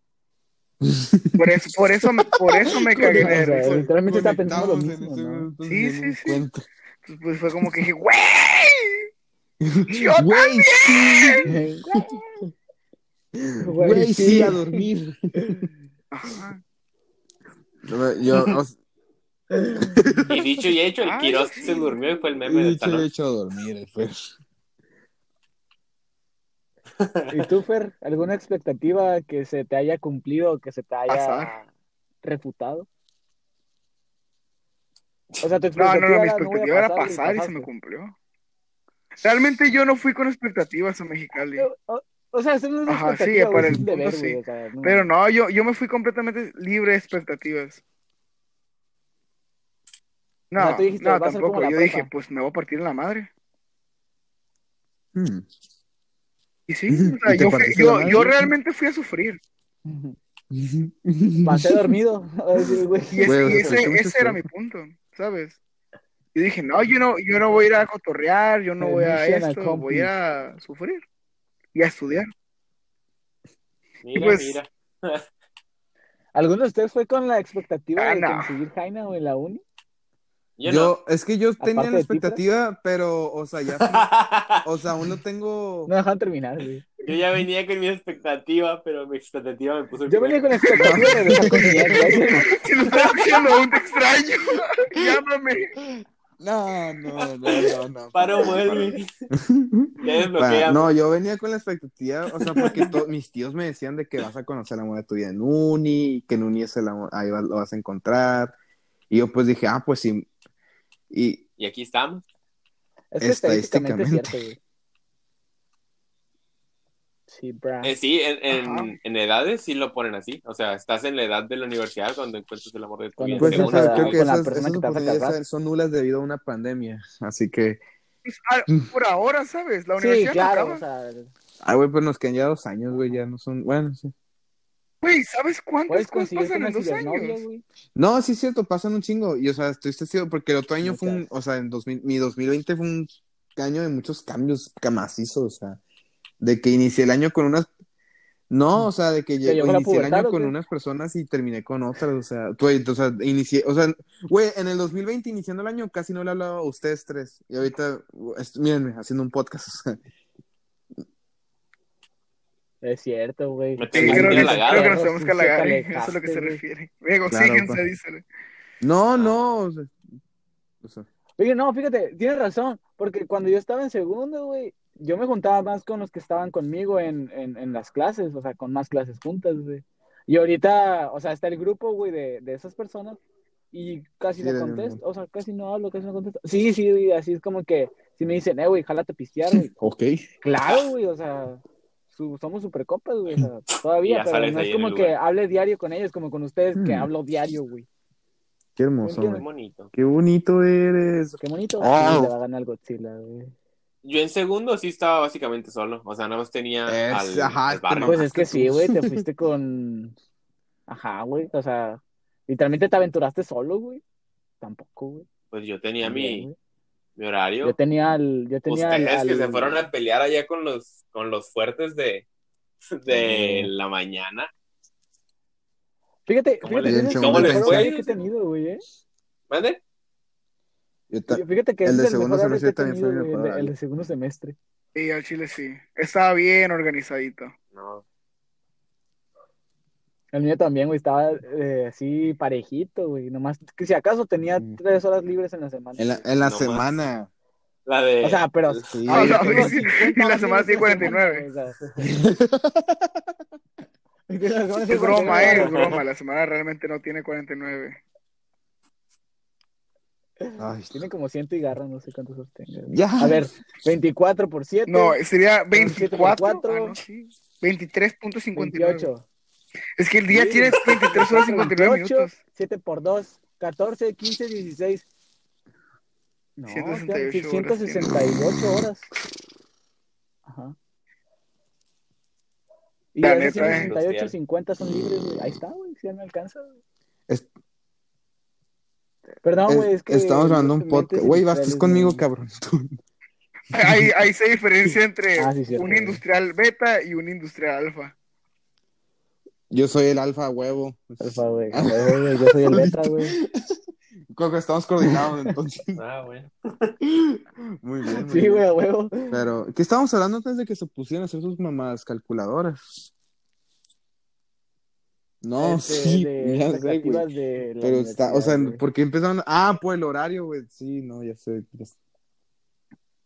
Por eso, por eso, me- por eso me cagué de
O sea, eh.
risa.
literalmente estaba pensando lo
Conectamos en
mismo,
ese
¿no?
momento,
Sí,
no
sí,
me
sí.
cuento.
Pues, pues fue como que dije, ¡güey! ¡Yo
Güey, sí,
Güey,
güey, sí, a dormir.
Ajá.
Yo, o sea,
Y dicho y hecho, el
Ay,
Quiroz
sí.
se durmió y fue el meme
he
de
dicho
esta
y he
noche.
hecho a dormir, pues.
¿Y tú, Fer, alguna expectativa que se te haya cumplido o que se te haya
Pasar.
refutado? O sea, tu
No, no, no,
expectativa
mi
era, no voy a
expectativa era
pasar, y
pasar y se me
pasaste.
cumplió. Realmente yo no fui con expectativas a Mexicali.
O, o sea, eso no es una
Ajá, sí,
expectativa, güey,
para
es
el
un
punto,
deber,
sí.
güey. o sea, no.
Pero no, yo, yo me fui completamente libre de expectativas.
O
No,
sea, tú dijiste,
no,
"Va a ser como
tampoco.
la
Yo
prepa".
dije, pues me voy a partir en la madre.
Hmm.
Y sí, o sea,
¿Y te
yo, fui-
partiste
yo-
la madre?
yo realmente fui a sufrir.
Pasé dormido. Va a decir, güey.
Y, es-
Güey, o
y
sea,
ese,
pero qué
ese era mi punto, ¿sabes? Yo dije, no, yo no, yo no voy a ir a cotorrear, yo no voy a
Permission
esto, voy a sufrir y a estudiar.
Mira,
Pues-
mira.
¿Alguno de ustedes fue con la expectativa
Ah,
de
no.
conseguir Jaina o en la uni?
Yo, no.
Yo, es que yo tenía
Aparte
la
de ti,
expectativa, pero, o sea, ya, o sea, aún no tengo.
No dejaron terminar, güey.
Yo ya venía con mi expectativa, pero mi expectativa me puso.
Yo venía con la expectativa de dejar con Miguel, güey.
Si lo estás haciendo aún te extraño, llámame.
No, no, no, no, no.
Paro, vuelve. Ya
Bueno,
desbloquea.
no, yo venía con la expectativa, o sea, porque to- mis tíos me decían de que vas a conocer el amor de tu vida en uni, y que en uni es el amor, ahí vas- lo vas a encontrar. Y yo pues dije, ah, pues sí. Y
Y aquí estamos.
Es que estadísticamente es
Estadísticamente.
cierto, güey. Sí,
Ah.
bra.
Eh, sí, en,
Ajá.
en, en edades sí lo ponen así. O sea, estás en la edad de la universidad cuando encuentras el amor de tu
Cuando
vida.
pues
Según
o sea,
la-
creo que
con la
esas,
persona
esas
que te vas a
oportunidades
casar.
son nulas debido a una pandemia. Así que,
Pues, ah,
Mm.
Por ahora, ¿sabes? La
Sí,
universidad
claro,
acaba.
o sea,
ah, güey, pues nos quedan ya dos años, güey, ya no son, bueno, sí.
Güey, ¿sabes cuántas
puedes
cosas
conseguir
pasan
una
en dos
cibernovia,
años?
güey.
No, sí es cierto, pasan un chingo. Y, o sea, estoy testigo porque el otro año fue un,
Muchas.
o sea, en 2000, mi 2020 fue un año de muchos cambios ca- macizos, o sea, de que inicié el año con unas, no, o sea, de que
llegó
llegué,
la
inicié el
pubertad,
año
¿o
con
qué?
unas personas y terminé con otras, o sea, tú, o sea, inicié, o sea, güey, en el 2020 iniciando el año casi no le hablaba a ustedes tres. Y ahorita, est- mírenme, haciendo un podcast, o sea,
Es cierto, güey.
Me
Sí,
tengo
creo,
que
que,
ir halagado.
creo que nos tenemos que
Sí, se
halagar, ¿eh?
alejaste,
eso es lo que se
güey.
refiere. Luego,
Claro,
síguense,
pa.
dice.
Ah.
no, no, o sea, o sea,
Oye, no, fíjate, tienes razón, porque cuando yo estaba en segundo, güey, yo me juntaba más con los que estaban conmigo en, en, en las clases, o sea, con más clases juntas, güey. Y ahorita, o sea, está el grupo, güey, de, de esas personas y casi
Sí,
no
del
contesto,
mismo.
o sea, casi no hablo, casi no contesto. Sí, sí, güey, así es como que si me dicen, eh, güey, jálate a pistear, güey.
ok.
Claro, güey, o sea, su- somos super copas, güey, o sea, todavía,
Ya
pero
sales
no
ahí
es
en
como
el
que
lugar.
hable diario con ellos, como con ustedes, que
Mm.
hablo diario, güey.
Qué hermoso,
Entiendo.
Qué
güey.
bonito.
Qué bonito eres.
Qué bonito.
Ah.
Y le va a ganar Godzilla, güey.
Yo en segundo sí estaba básicamente solo. O sea, nada más tenía
Es-
al,
ajá,
al
este
barrio.
Pues es
mamaste
que
tú.
sí, güey, te fuiste con. Ajá, güey, o sea, literalmente te aventuraste solo, güey. Tampoco, güey.
Pues yo tenía
También,
mi,
güey.
mi horario.
Yo tenía el. Yo tenía al-
Ustedes que
al-
se fueron a pelear allá con los, con los fuertes de, de
Sí.
la mañana.
Fíjate,
¿Cómo
fíjate,
les-
ese es el
cómo les
mejor
fue?
horario que he tenido, güey, eh.
¿Mande?
Yo ta-
Fíjate que
El
ese
de
es el
segundo
mejor horario que he
semestre también fue
tenido,
mi
güey, el
mejor
de- el
horario.
de segundo semestre.
Y al chile sí. Estaba bien organizadito.
No.
El mío también, güey, estaba eh, así parejito, güey. Nomás, que si acaso tenía
Mm.
tres horas libres en la semana.
En la,
güey.
en la
No más.
semana.
La de.
O sea, pero.
Sí.
Ah,
yo
no,
tengo
y sí,
50
y la
horas
semana
libres
tiene
en la semana, güey, o sea. Y tiene la semana
Es broma,
59
eh,
horas.
es broma. La semana realmente no tiene 49.
Ay,
Tiene como ciento y garra, no sé cuántos horas tenga.
ya.
A ver, 24 por 7.
No, sería
Veintisiete
24.
por cuatro.
Ah, no, sí. 23.59.
28.
Es que el día
Sí.
tiene 23 horas 59 minutos.
7 por 2. 14, 15, 16. No,
168 horas
168 horas. Ajá. Y
La
de esas
neta, eh.
168, 50 son libres, güey. Ahí está, güey. Si ya me alcanza. güey.
Es-
Perdón, güey, es que.
Estamos grabando un
tu mente
podcast.
es
Güey, bastes
industrial,
conmigo,
güey.
cabrón.
Ahí, ahí se diferencia entre
Ah, sí, cierto,
un
güey.
industrial beta y un industrial alfa.
Yo soy el alfa huevo.
Alfa, güey. a huevo, güey, Yo soy el beta, güey.
Creo que estamos coordinados entonces.
Ah, bueno.
Muy bien. muy
Sí,
bien.
güey, a huevo.
Pero, ¿qué estábamos hablando antes de que se pusieran a hacer sus mamadas calculadoras? No,
Este,
sí,
de
ya sé, güey.
expectativas de la
Pero está, o sea,
universidad, güey.
porque empezaron. Ah, por el horario, güey. Sí, no, ya sé. ya sé.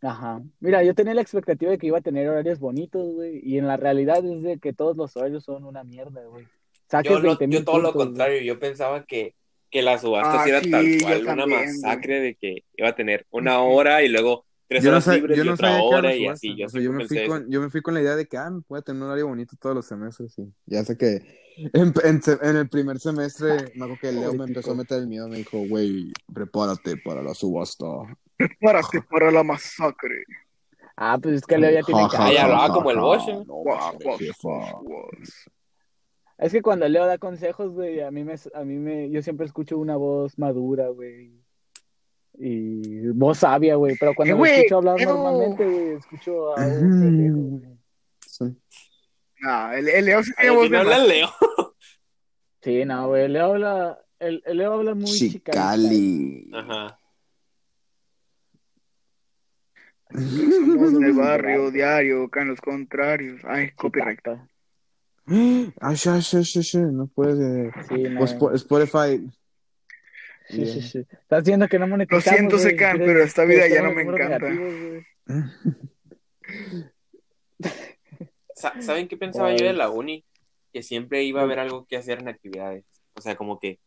Ajá. Mira, yo tenía la expectativa de que iba a tener horarios bonitos, güey, y en la realidad es de que todos los horarios son una mierda, güey. Saques
Yo, lo-
20
yo
mil
todo lo
puntos,
contrario. Yo pensaba que, que la subasta
Ah,
sí era
sí,
tal
yo
cual, una
también,
masacre de que iba a tener una hora y luego tres
Yo no,
horas
sab-
libres
yo
y
no
otra
sabía que
hora
era
y
subasta.
así. Yo,
o sea, yo
siempre
me, fui
pensé eso.
con, yo me fui con la idea de que ah, voy a tener un horario bonito todos los semestres. Y ya sé que en, en se- en el primer semestre, me acuerdo que Leo me empezó a meter el miedo. Me dijo, güey, prepárate para la subasta.
Prepárate para la masacre.
güey. Ah, pues es que Leo ya tiene
ja, Ah, ya
cara.
lo hago como el Bosch, ¿eh?
No,
Guau,
mames,
guau.
jefa.
Es que cuando Leo da consejos, güey, a mí me, a mí me, yo siempre escucho una voz madura, güey. Y voz sabia, güey. Pero cuando
Eh,
lo
güey,
escucho hablar
Edu.
normalmente, güey, escucho a un pendejo, güey.
No, el, el Leo sí tiene
Al
voz
que no
de
habla Leo.
Sí, no, güey. Leo habla, el, el Leo habla muy chicalista.
Chicali.
Ajá.
Somos de barrio, diario, can los contrarios. Ay, copyright.
Chicapa.
Ay, ya, ya, ya, ya, no puede.
Sí, no.
O
Pues
Spo- Spotify.
Sí, sí, sí. Estás viendo que no monetizamos.
Lo siento,
güey,
Secan,
si quieres-
pero esta vida ya no me
números
encanta.
negativos, güey.
Sa- ¿Saben qué pensaba yo de la uni? Que siempre iba a haber algo que hacer en actividades. O sea, como que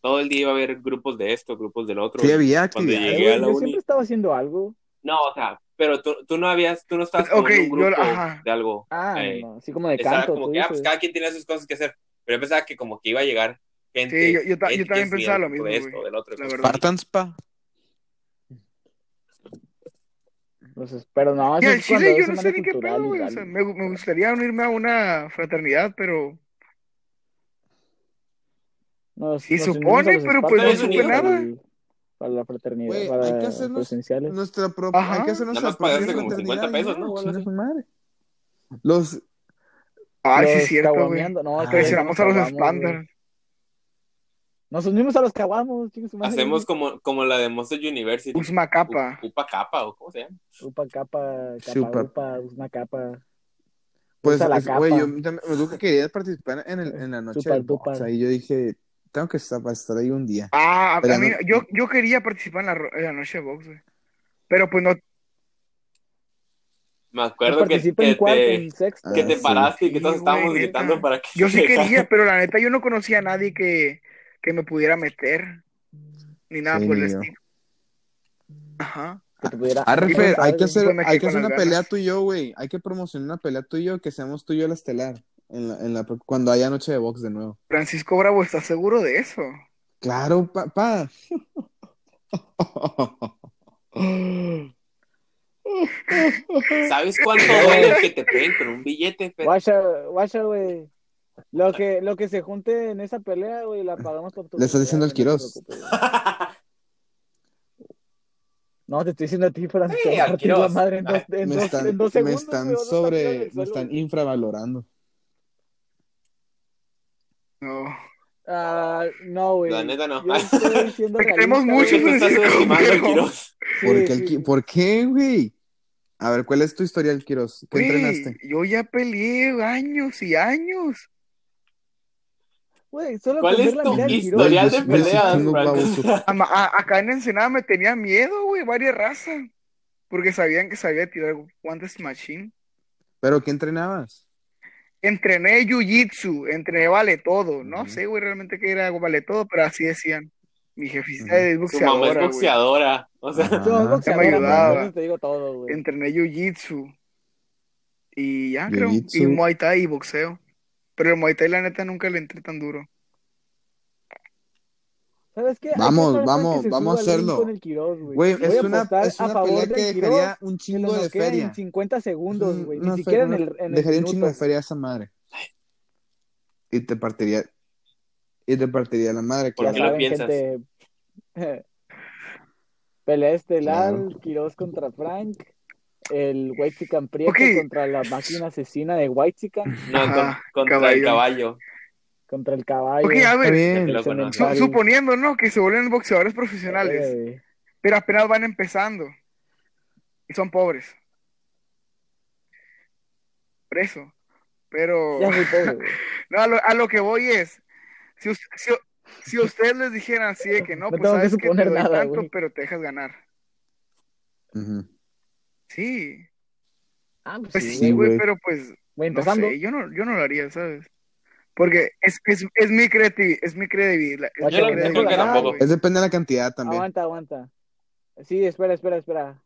todo el día iba a haber grupos de esto, grupos del otro.
Sí, había
Cuando
actividad.
Eh,
llegué a
güey,
la
yo
uni.
siempre estaba haciendo algo.
No, o sea, pero tú, tú no habías, tú no estabas como
Ok,
en un
yo-
grupo
ajá.
de algo.
Ah,
Eh,
no, así como de
Estaba
canto.
como
tú
que, ah, pues
dices.
cada quien tenía sus cosas que hacer. Pero yo pensaba que como que iba a llegar gente.
Sí, yo- yo ta- yo
X,
también
y
pensaba lo
de
mismo,
esto,
güey,
del otro.
la verdad.
Spartans, pa.
ah.
Entonces, pero no, eso
Y al
es cuando
Chile yo
es
no
semana
sé ni qué
cultural
pedo,
y
güey. O
dale.
sea, me, me gustaría unirme a una fraternidad, pero
Nos-
Sí,
nos unimos
supone,
a los
pero pues
no
espacios
supe
para
nada.
el- Para la fraternidad,
Güey, hay
para
que hacernos-
presenciales.
Nuestra propia.
Ajá.
Hay que hacer
Nada
nuestra
más pagaste
propia
como 50
fraternidad,
pesos,
ya,
¿no?
chinga
Algo
su madre. Los.
ay, sí
Los
es cierto, güey.
caguameando, no, es que
Traicionamos a los
caguamos, güey.
estándares.
Nos unimos a los caguamos, chingue su madre.
Hacemos como, como la de Monster University.
Usma capa.
U- Upa Kappa, o cómo se llama.
Upa, capa,
Sí,
capa,
upa.
upa, una capa.
Pues,
Usa la
es- güey,
capa.
yo también- me dijo que quería participar en, el, en la noche
Super
del box.
duper.
Ahí yo dije, tengo que estar, para estar ahí un día.
Ah, a
Pero
mí,
no-
yo, yo quería participar en la, ro- en la noche de box, güey. Pero pues no,
Me
Yo
acuerdo que,
participé en
que
cuarto,
te,
en sexto.
que
Ah,
te
sí.
paraste y que
Sí,
todos estábamos
güey, neta.
gritando para que.
yo sí
te dejaran.
quería, pero la neta yo no conocía a nadie que, que me pudiera meter. Ni nada
Sí,
por el
ni yo.
estilo. Ajá.
Que te pudiera.
Ah, Refer,
Entonces,
hay que
¿sabes?
Pues
hacer,
me quedé
hay que
con
hacer
las
una
ganas.
pelea tú y yo, güey. Hay que promocionar una pelea tú y yo, que seamos tú y yo la estelar. En la, en la, cuando haya noche de box de nuevo.
Francisco Bravo, ¿estás seguro de eso?
Claro, papá.
¿Sabes cuánto duele que te peguen con un billete? Fer?
Guacha, guacha, güey. Lo que, lo que se junte en esa pelea, güey, la pagamos por tu.
Le estás diciendo al
güey, no
Quirós.
te preocupes, güey. No, te estoy diciendo a ti, Fran.
Sí,
te voy a
al Ah,
partir
Quirós.
la madre en dos, en
me
dos-
están,
en dos
me
segundos.
están
güey, vas a estar tirado en
sobre,
el
me
suelo,
están
güey.
infravalorando.
No.
Ah, no, güey.
La neta no.
Yo estoy diciendo
Te queremos
realista,
mucho,
Porque
güey.
tú estás
Francisco,
subestimando a
pero-
Quiroz.
Sí,
¿Por qué, el
sí,
Qui-
sí.
¿Por qué, güey? A ver, ¿cuál es tu historial, Quiroz? ¿Qué
Güey,
entrenaste?
yo ya peleé años y años.
Güey, solo
¿Cuál
con
es
ver la
tu
mirada del Quirós,
historial
Güey,
de
yo- yo sí
peleas,
tengo
Franco?
guau,
Ama- a- acá en Ensenada me tenía miedo, güey, varias razas. Porque sabían que sabía tirar guantes machine.
¿Pero qué entrenabas?
Entrené jiu-jitsu, entrené vale todo. No
Ujú.
sé, güey, realmente qué era vale todo, pero así decían. Mi jefita
Ujú.
es
Su mamá es
boxeadora, güey.
boxeadora. O sea,
Ajá.
Yo
Ah,
soy boxeadora,
me ayudaba.
pero entonces te digo todo, güey.
Entrené jiu-jitsu. Y ya, creo. Y
Jiu-jitsu.
Muay Thai y boxeo. Pero el Muay Thai, la neta, nunca le entré tan duro.
¿Sabes qué? Hay que
Vamos,
armar para
vamos,
que se
vamos a
suba el link
hacerlo.
Con el Quirós, güey.
Güey,
Voy
es
a
una,
apostar
es
a
una
favor
pelea
del
que
Quirós
dejaría un
que lo
chingo de
noquea
feria.
en 50 segundos, güey.
Una
Ni
fe-
siquiera en
una-
el, en el
dejaría un
minuto,
chingo de
güey.
feria a esa madre. Y te partiría. Y te partiría la madre,
¿Por
Ya
qué
claro.
lo
saben,
piensas?
gente. Pelea estelar,
Claro.
Quirós contra Frank, el White Chicken Prieto
Ok.
contra la máquina asesina de White Chicken,
no, con-
Ajá,
contra el caballo.
contra el caballo.
Ok, a
Está
ver,
Ya que
bien.
lo conoces.
su- suponiendo, ¿no? Que se vuelven boxeadores profesionales.
Eh,
pero apenas van empezando y son pobres. Por eso. Pero
ya soy pobre, güey.
no, a, lo, a lo que voy es, si, us- si, si ustedes les dijeran así de que no,
No
pues
tengo que
sabes que, te
suponer
doy
nada,
tanto,
güey.
pero te dejas ganar.
Ujú.
Sí,
Ah, pues
pues
sí,
sí,
güey.
güey,
güey.
pero pues
Voy
no
empezando.
sé, yo no, yo no lo haría, ¿sabes? Porque es, es, es mi creatividad, es mi credibilidad. es
Yo
mi
lo- yo
credibilidad,
creo que tampoco.
güey.
Es depende de la cantidad también.
Aguanta, aguanta. Sí, espera, espera, espera.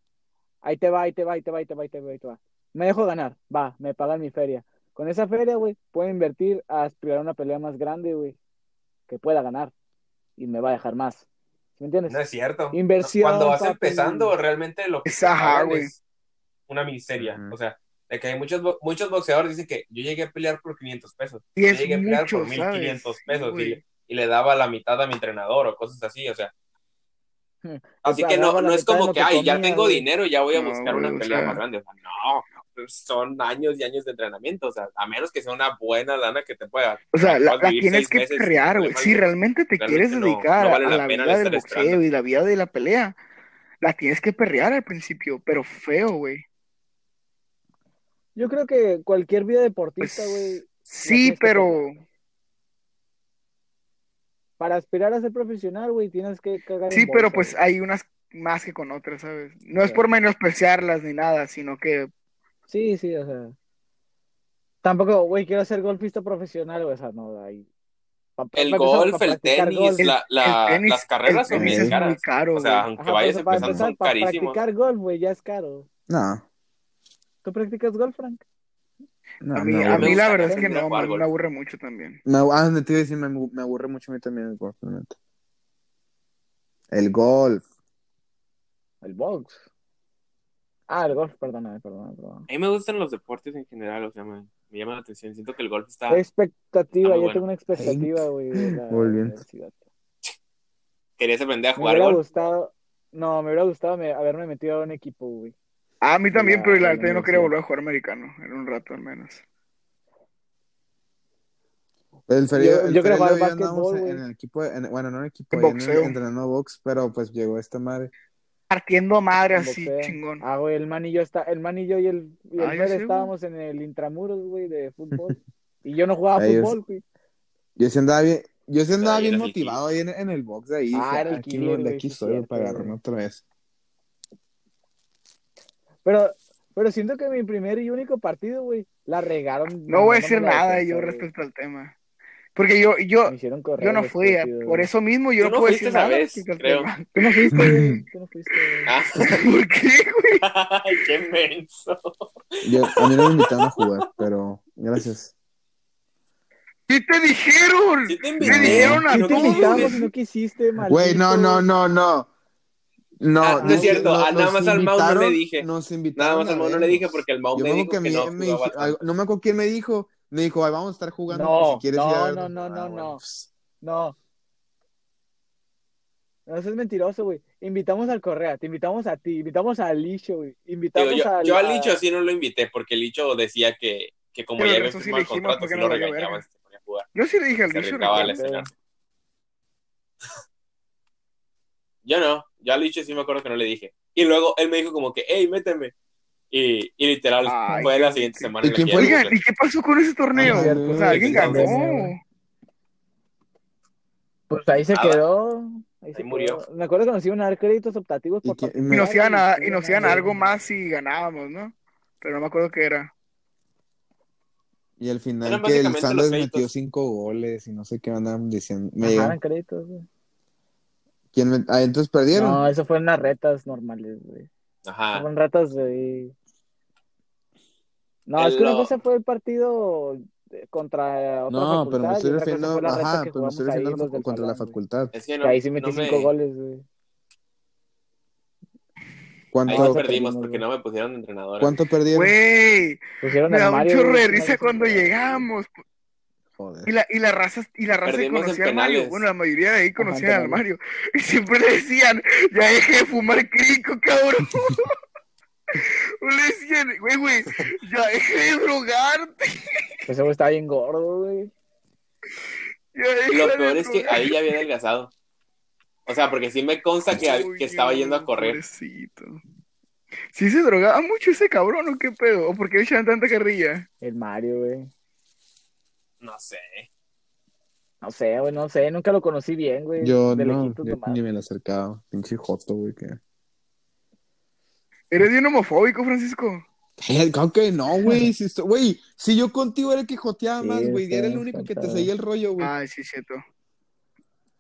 Ahí te va, ahí te va, ahí te va, ahí te va, ahí te va, ahí te va. Me dejo ganar, va, me pagan mi feria. Con esa feria, güey, puedo invertir a aspirar a una pelea más grande, güey, que pueda ganar y me va a dejar más. ¿Me entiendes?
No es cierto.
pues, Inversión,
Cuando vas
papi.
empezando, realmente lo que
Es ajá,
pagan
güey.
es una miseria.
Ujú.
O sea, de que hay muchos, bo- muchos boxeadores dicen que yo llegué a pelear por 500 pesos.
Y
yo
es
llegué a pelear
mucho,
por 1500
¿sabes? Sí,
pesos y,
güey.
le- y le daba la mitad a mi entrenador o cosas así, o sea.
O
Así
sea,
que no,
daba la
no es
mitad de
como
lo
que,
que
ay, ya
comía,
tengo
güey".
dinero, ya voy a
No,
buscar
güey,
una
o
pelea
sea.
más grande. O sea, no, son años y años de entrenamiento, o sea, a menos que sea una buena lana que te pueda.
O sea, la,
puedas
la
vivir
tienes
seis
que
meses
perrear,
sin
güey.
problemas,
Si
güey.
realmente te
Realmente
quieres
no-
dedicar
no vale
a
la
la
pena
vida del
estar
boxeo
esperando.
y la vida de la pelea, la tienes que perrear al principio, pero feo, güey.
Yo creo que cualquier vida deportista,
Pues,
güey,
sí,
tienes que
pero
para aspirar a ser profesional, güey, tienes que cagar en
sí, pero
bolsa,
pues
güey.
hay unas más que con otras, ¿sabes? No es
Sí.
por menospreciarlas ni nada, sino que
Sí, sí, o sea. Tampoco, güey, quiero ser golfista profesional, güey, o sea, no, ahí. Pa- pa-
El
pa empezar,
golf,
pa
el
practicar
tenis,
golf.
el,
la- la-
el tenis,
las carreras
el
son
tenis
bien
es
caras.
muy caro,
O sea,
güey.
aunque
Ajá, por
vayas
eso, para
empezando,
empezar,
son
para
carísimos.
practicar golf, güey, ya es caro.
No,
¿Tú practicas golf, Frank?
no,
A mí,
me
a
aburre.
mí la
gustaría
verdad es que
aprender a
no,
jugar
man,
golf.
me aburre mucho también.
Me, abu- ah, te iba a decir, me, abu- me aburre mucho a mí también el golf, la neta. El golf.
El box. Ah, el golf, perdóname, perdóname, perdóname.
A mí me gustan los deportes en general, o sea, me, me llama la atención. Siento que el golf está.
Expectativa, yo
muy Ah. bueno.
tengo una expectativa, güey, de la
Muy bien.
universidad.
Querías aprender a
Me
jugar
hubiera
golf.
gustado, no, me hubiera gustado me- haberme metido a un equipo, güey.
A mí
De
también,
la-
pero la
de la
neta yo no quería
universidad.
volver a jugar americano, en un rato al menos.
El Ferio,
Yo-
el
yo
Ferio
creo jugar
y yo andamos
básquetbol,
en,
güey.
en el equipo, de- en- bueno, no en el equipo,
En
ahí en el-
boxeo.
entrenando box, pero pues llegó esta madre.
Partiendo madre
en
así,
boxeo.
chingón.
Ah, güey, el man y yo está, el man y yo y el, y el
Ah, ya
Fer
sé, güey.
estábamos en el intramuros, güey, de fútbol. Y yo no jugaba
Ah,
Ahí es.
fútbol, güey.
Yo sí andaba bien, yo sí andaba
Ahí
bien
eras el
motivado ahí en, en el box de ahí.
Ah,
dije,
era el
aquí,
Kir,
me- de
güey,
aquí
sí es
soy güey, para
cierto,
agarrarme
güey.
otra vez.
Pero, pero siento que mi primer y único partido, güey, la regaron.
No voy a
mandándome
decir
la
nada
defensa,
yo
güey.
respecto al tema. Porque yo, yo,
Me hicieron
yo
correr,
no fui, eh,
estúpido,
por
güey.
eso mismo yo no
Tú no
puedo
fuiste
decir
esa
nada
vez,
respecto al
creo.
tema.
Tú no fuiste, güey. Tú no fuiste, güey.
¿Por qué,
Ah,
güey?
qué menso.
Yo, a mí no me invitaron a jugar, pero gracias.
¿Qué te dijeron?
Sí te
Me
Ah, No.
dijeron
invitaron,
a
Sí te
todos.
invitamos y no quisiste, maldito.
Güey, no, no, no, no. No,
Ah, no es
nos-
cierto,
no-
a nada
nos
más al Mau no le
invitaron-
dije.
Nos
Nada
invitaron
más
a
al Mau no le dije
vernos.
porque el Mau
Yo
me
me
dijo
acuerdo que a
que
mí
no
me
jugaba
dije- algo-
tanto.
no me acuerdo quién me dijo. Me dijo, "Ay, vamos a estar jugando
No,
por si quieres ir a
no,
vernos".
no, no,
Ah,
no,
bueno,
no.
pues.
No. No seas mentiroso, güey. Invitamos al Correa, te invitamos a ti, invitamos a Licho, güey.
Digo,
Invitamos
yo,
al,
yo al
a-
Licho sí no lo invité porque el Licho decía que, que como
Pero
ya
el
había
resto sí
firmado
le
el
dijimos
contrato,
porque
sí
nos
lo
valió
regañaban
verga.
si se ponía a jugar.
Yo sí le dije al
Se
bicho,
arriesgaba al
recuerdo.
escenario. Yo no, yo al Licho sí me acuerdo que no le dije. Y luego él me dijo como que, hey, méteme. Y, y literal,
Ay,
fue
qué
la
ojete.
siguiente semana
¿Y
en la
quién
que ya
fue
no
el-
hubo
Oigan, ¿y
clase.
qué pasó con ese torneo?
Ándale,
O sea,
güey.
alguien
Desde entonces.
ganó.
Pues ahí se
Nada.
quedó. Ahí se
Ahí murió.
quedó. Me acuerdo que nos iban a dar créditos optativos
¿Y
por
quién-
Y
me-
nos
participar
iban a,
y
y
no
nos
iban
iban a dar
a dar
algo
nada.
más si ganábamos, ¿no? Pero no me acuerdo qué era.
Y al final
Eran
que el
básicamente los
Sanders metió
créditos.
cinco goles y no sé qué andaban diciendo. Me
Ajá,
digan,
eran créditos, güey.
¿quién me- ah, entonces perdieron?
No, eso fueron las retas normales, güey. Eso
Ajá.
fueron retas de. No, es
El
que una
lo-
cosa fue el partido de- contra otra
No, pero me
facultad
estoy
y otra cosa
refiriendo,
fue la reta
ajá, pero
que
me estoy
jugamos ahí
refiriendo a la
los
facu-
del
contra la
salón, güey.
facultad.
Es que
Que
no,
ahí sí
no
metí cinco
me.
goles, güey.
Ahí
No,
sí
¿Cuánto,
ese
perdimos
perdimos,
porque
güey.
no me pusieron de entrenador.
cuánto perdieron?
Güey,
Pusieron
me
al
da un
Mario,
chorro
güey.
de
Es una
risa cuando
chingada, güey.
llegamos.
Joder.
Y la, y la raza, y la raza que
Perdimos en
conocía al Mario,
penales.
bueno, la mayoría de ahí
Ajá, en
conocían al
penales.
Mario, y siempre le decían, ya deje de fumar crico, cabrón. O Le decían, güey, güey, ya deje de drogarte,
Pues ese güey estaba bien gordo, güey.
ya
Lo
deja de
peor es que
drogarte.
ahí ya había adelgazado. O sea, porque sí me consta que,
Uy,
que estaba yendo a
no,
correr.
pobrecito. ¿Sí se drogaba mucho ese cabrón o qué pedo? ¿O por qué le echaban tanta carrilla?
El Mario, güey.
No sé.
No sé, güey, no sé. Nunca lo conocí bien, güey.
Yo
De
no,
lejitos
yo
nomás.
ni me la acercaba. Pinche joto, güey. Que...
¿Eres bien homofóbico, Francisco?
Ay, Claro que no, güey. Si, esto- güey, si yo contigo era el que joteaba
Sí,
más, güey.
está
Era el
bien
único que te
espantado.
seguía el rollo, güey.
Ay, sí, cierto.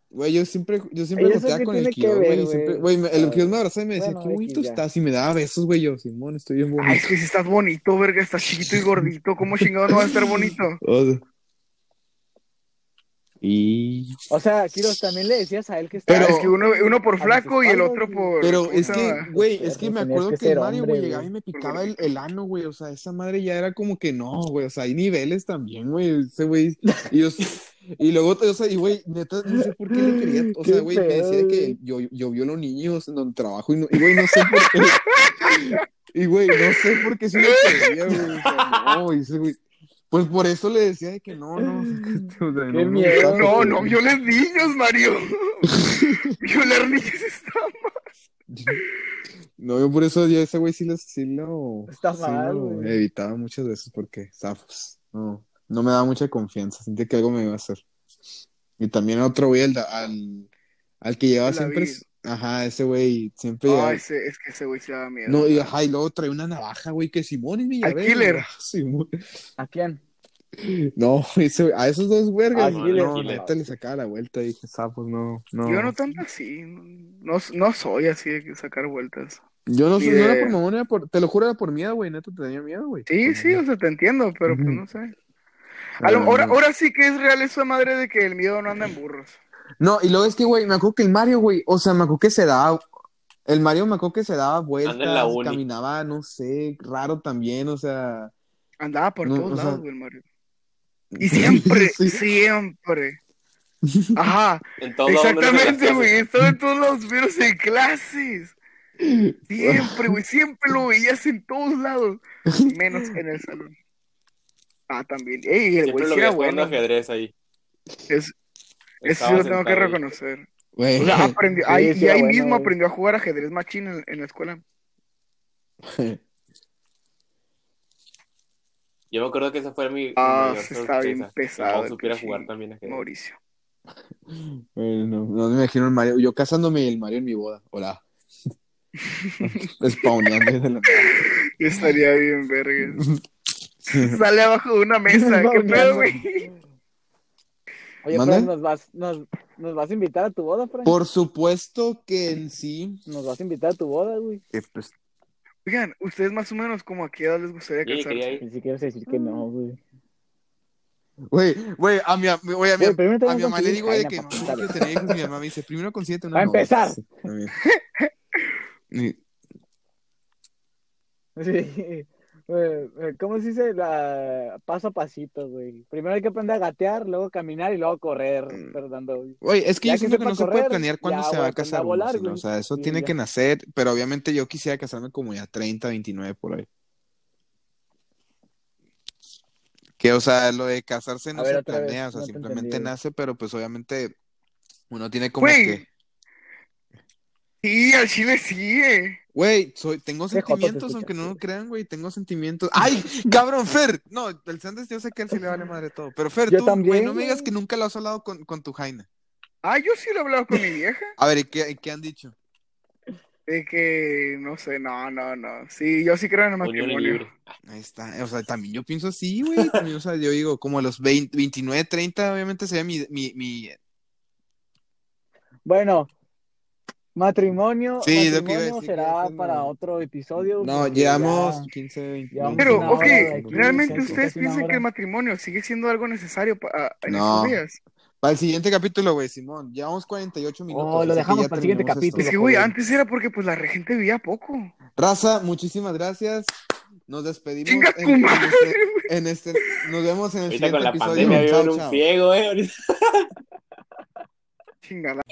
Güey, yo siempre, yo siempre
¿Y eso
joteaba
qué
con el
tiene que
Kiro,
ver,
güey. Siempre,
güey?
güey, me- el
Ah,
Kiro me abrazaba y me decía,
Bueno,
qué bonito
X ya.
estás. Y me daba besos, güey. Yo, Simón, estoy bien
Ay, es
bonito.
que si estás bonito, verga, estás chiquito y gordito, ¿cómo chingado no va a estar bonito?
O sea, Y
niño.
O sea, Kiros, también le decías a él que estaba.
Pero
Pero-
es que uno, uno por
A
flaco
mis
y el
espaldas,
otro
güey.
por.
Pero es
puta,
que, güey, es que me
pues Tenías
acuerdo
que
que
ser
el Mario,
hombre,
güey, llegaba
güey.
y me picaba el, el ano, güey. O sea, esa madre ya era como que no, güey. O sea, hay niveles también, güey. Ese güey. Y, yo- y luego, o sea, y güey, neta, no sé por qué le quería. O
Qué
sea, güey, me
pedo,
decía que
güey.
yo, yo violo niños en donde trabajo y, no, y güey, no sé por qué. Y güey, no sé por qué se lo quería, güey. O sea, no, güey, ese güey. Pues por eso le decía de que no, no. O sea,
Qué
me
miedo.
gustaba,
No,
güey.
no violes niños, Mario. Violar niños está mal.
No, yo por eso yo a ese güey sí, lo- sí lo,
Está
sí
mal,
lo
güey.
evitaba muchas veces porque, zafos, no, no me daba mucha confianza, sentía que algo me iba a hacer. Y también otro güey, al, da- al, al que llevaba
David.
siempre, ajá, ese güey siempre
Ay,
llegaba-
ese- es que ese güey se daba miedo.
No, y, ajá, y luego traía una navaja, güey, que Simón y Villaverde.
killer.
Simón.
¿A quién?
No, ese güey- a esos dos
Al
vergas,
killer.
no, neta, le sacaba la vuelta y dije, zafos, no, no.
Yo no tanto así. No, no soy así de que sacar vueltas.
Yo no,
ni
sé, no era
de-
por mamón, era por, te lo juro, era por miedo, güey, neta, te tenía miedo, güey.
Sí, sí, o sea, te entiendo, pero pues
Ujú.
no sé. A lo- ahora, ahora sí que es real esa madre de que el miedo no anda en burros.
No, y luego es que, güey, me acuerdo que el Mario, güey, o sea, me acuerdo que se daba, el Mario me acuerdo que se daba vueltas,
Anda en la uni.
caminaba, no sé, raro también, o sea,
Andaba por
No,
todos
o sea-
lados, güey, el Mario. Y siempre,
Sí.
siempre. Ajá,
En todo
exactamente, güey. Estaba en todos lados, pero en clases. Siempre, güey, siempre lo veías en todos lados. Menos en el salón. Ah, también. Ey, el
Siempre
güey
lo
sí era
veías jugando
bueno.
ajedrez ahí.
Es, eso sí
Estaba
lo tengo que
sentado ahí.
reconocer.
güey,
O sea, ah, aprendió,
Sí,
ahí,
sí
y
era
ahí
bueno,
mismo
güey.
aprendió a jugar ajedrez machín en, en la escuela.
Yo me acuerdo que esa fue mi mi
Ah,
mayor
sí, está bien
sorpresa,
pesado,
Que no supiera
qué
jugar
chingo.
también ajedrez.
Mauricio.
güey, no, no me imagino el Mario, yo casándome y el Mario en mi boda, hola. Spawneando de la
Estaría bien, verga. Sale abajo de una mesa. ¿Qué pedo, güey?
Oye,
¿Mande?
Fran, ¿nos vas, nos, ¿nos vas a invitar a tu boda, Fran?
Por supuesto que en sí,
¿Nos vas a invitar a tu boda, güey?
eh, pues,
Oigan, ¿ustedes más o menos como a qué edad les gustaría
Yo ni quería
casarse?
ir.
Ni siquiera sé decir que
Mm.
no, güey.
güey, güey, a mi, a- güey, a mi,
Güey, primero tengo
a mi
que
mamá le
conseguir
digo de
jaina
que no,
pa'
no
pintar.
quiero tener hijos, mi mamá me dice, primero consíguete una
Va a
novia.
empezar.
Sí, está bien. Y-
Sí. Eh, eh, ¿Cómo se dice? La... Paso a pasito, güey. Primero hay que aprender a gatear, luego caminar y luego correr,
Mm.
Fernando. güey.
Oye, es que
Ya
yo
que
siento que
sepa
no se puede
correr,
planear cuándo
ya,
se
güey,
va a
aprende a
casar uno,
volar,
sino,
güey.
o sea, eso
Y
tiene
ya.
que nacer, pero obviamente yo quisiera casarme como ya 30, 29 por ahí. Que, o sea, lo de casarse no
ver,
se
otra vez,
planea, o sea,
no te
simplemente
entendí, güey.
nace, pero pues obviamente uno tiene como
Güey.
que,
Sí, al chile sí, eh.
güey, soy, tengo
Qué joto te
sentimientos, aunque
escuchas,
no lo
güey.
crean, güey, tengo sentimientos. ¡Ay, cabrón, Fer! No, el Sanders yo sé que a él sí le vale madre todo, pero Fer,
Yo
tú, güey,
también,
no me digas
güey.
que nunca lo has hablado con, con tu Jaina.
Ah, yo sí lo he hablado con mi vieja.
A ver, ¿y qué, y qué han dicho?
De que, no sé, no, no, no. Sí, yo sí creo en el
Unión
matrimonio.
libre.
Ahí está, o sea, también yo pienso así, güey, también, o sea, yo digo, como a los 20, 29, 30, obviamente sería mi, mi, mi,
Bueno, matrimonio,
Sí, es lo que iba a
matrimonio
decir,
será
que eso no-
para otro episodio.
no,
porque
llevamos
ya-
15, 20,
llevamos
Pero,
una
ok,
hora de aquí,
¿realmente
casi-
ustedes
casi una
piensan que
hora.
el matrimonio sigue siendo algo necesario pa- a- en
No.
estos días?
Para el siguiente capítulo, güey, Simón, llevamos 48 minutos,
lo
así que
dejamos
ya
para el siguiente
terminemos esto.
Es
capítulo.
que, güey,
joder.
antes era porque pues la gente vivía poco.
Raza, muchísimas gracias, nos despedimos
Chinga
en,
tu
en
madre,
este, en este- nos vemos en el
Ahorita
siguiente
con la
episodio,
eh, pandemia viven
chao,
un
chao.
ciego, eh. ahorita.
Chingada.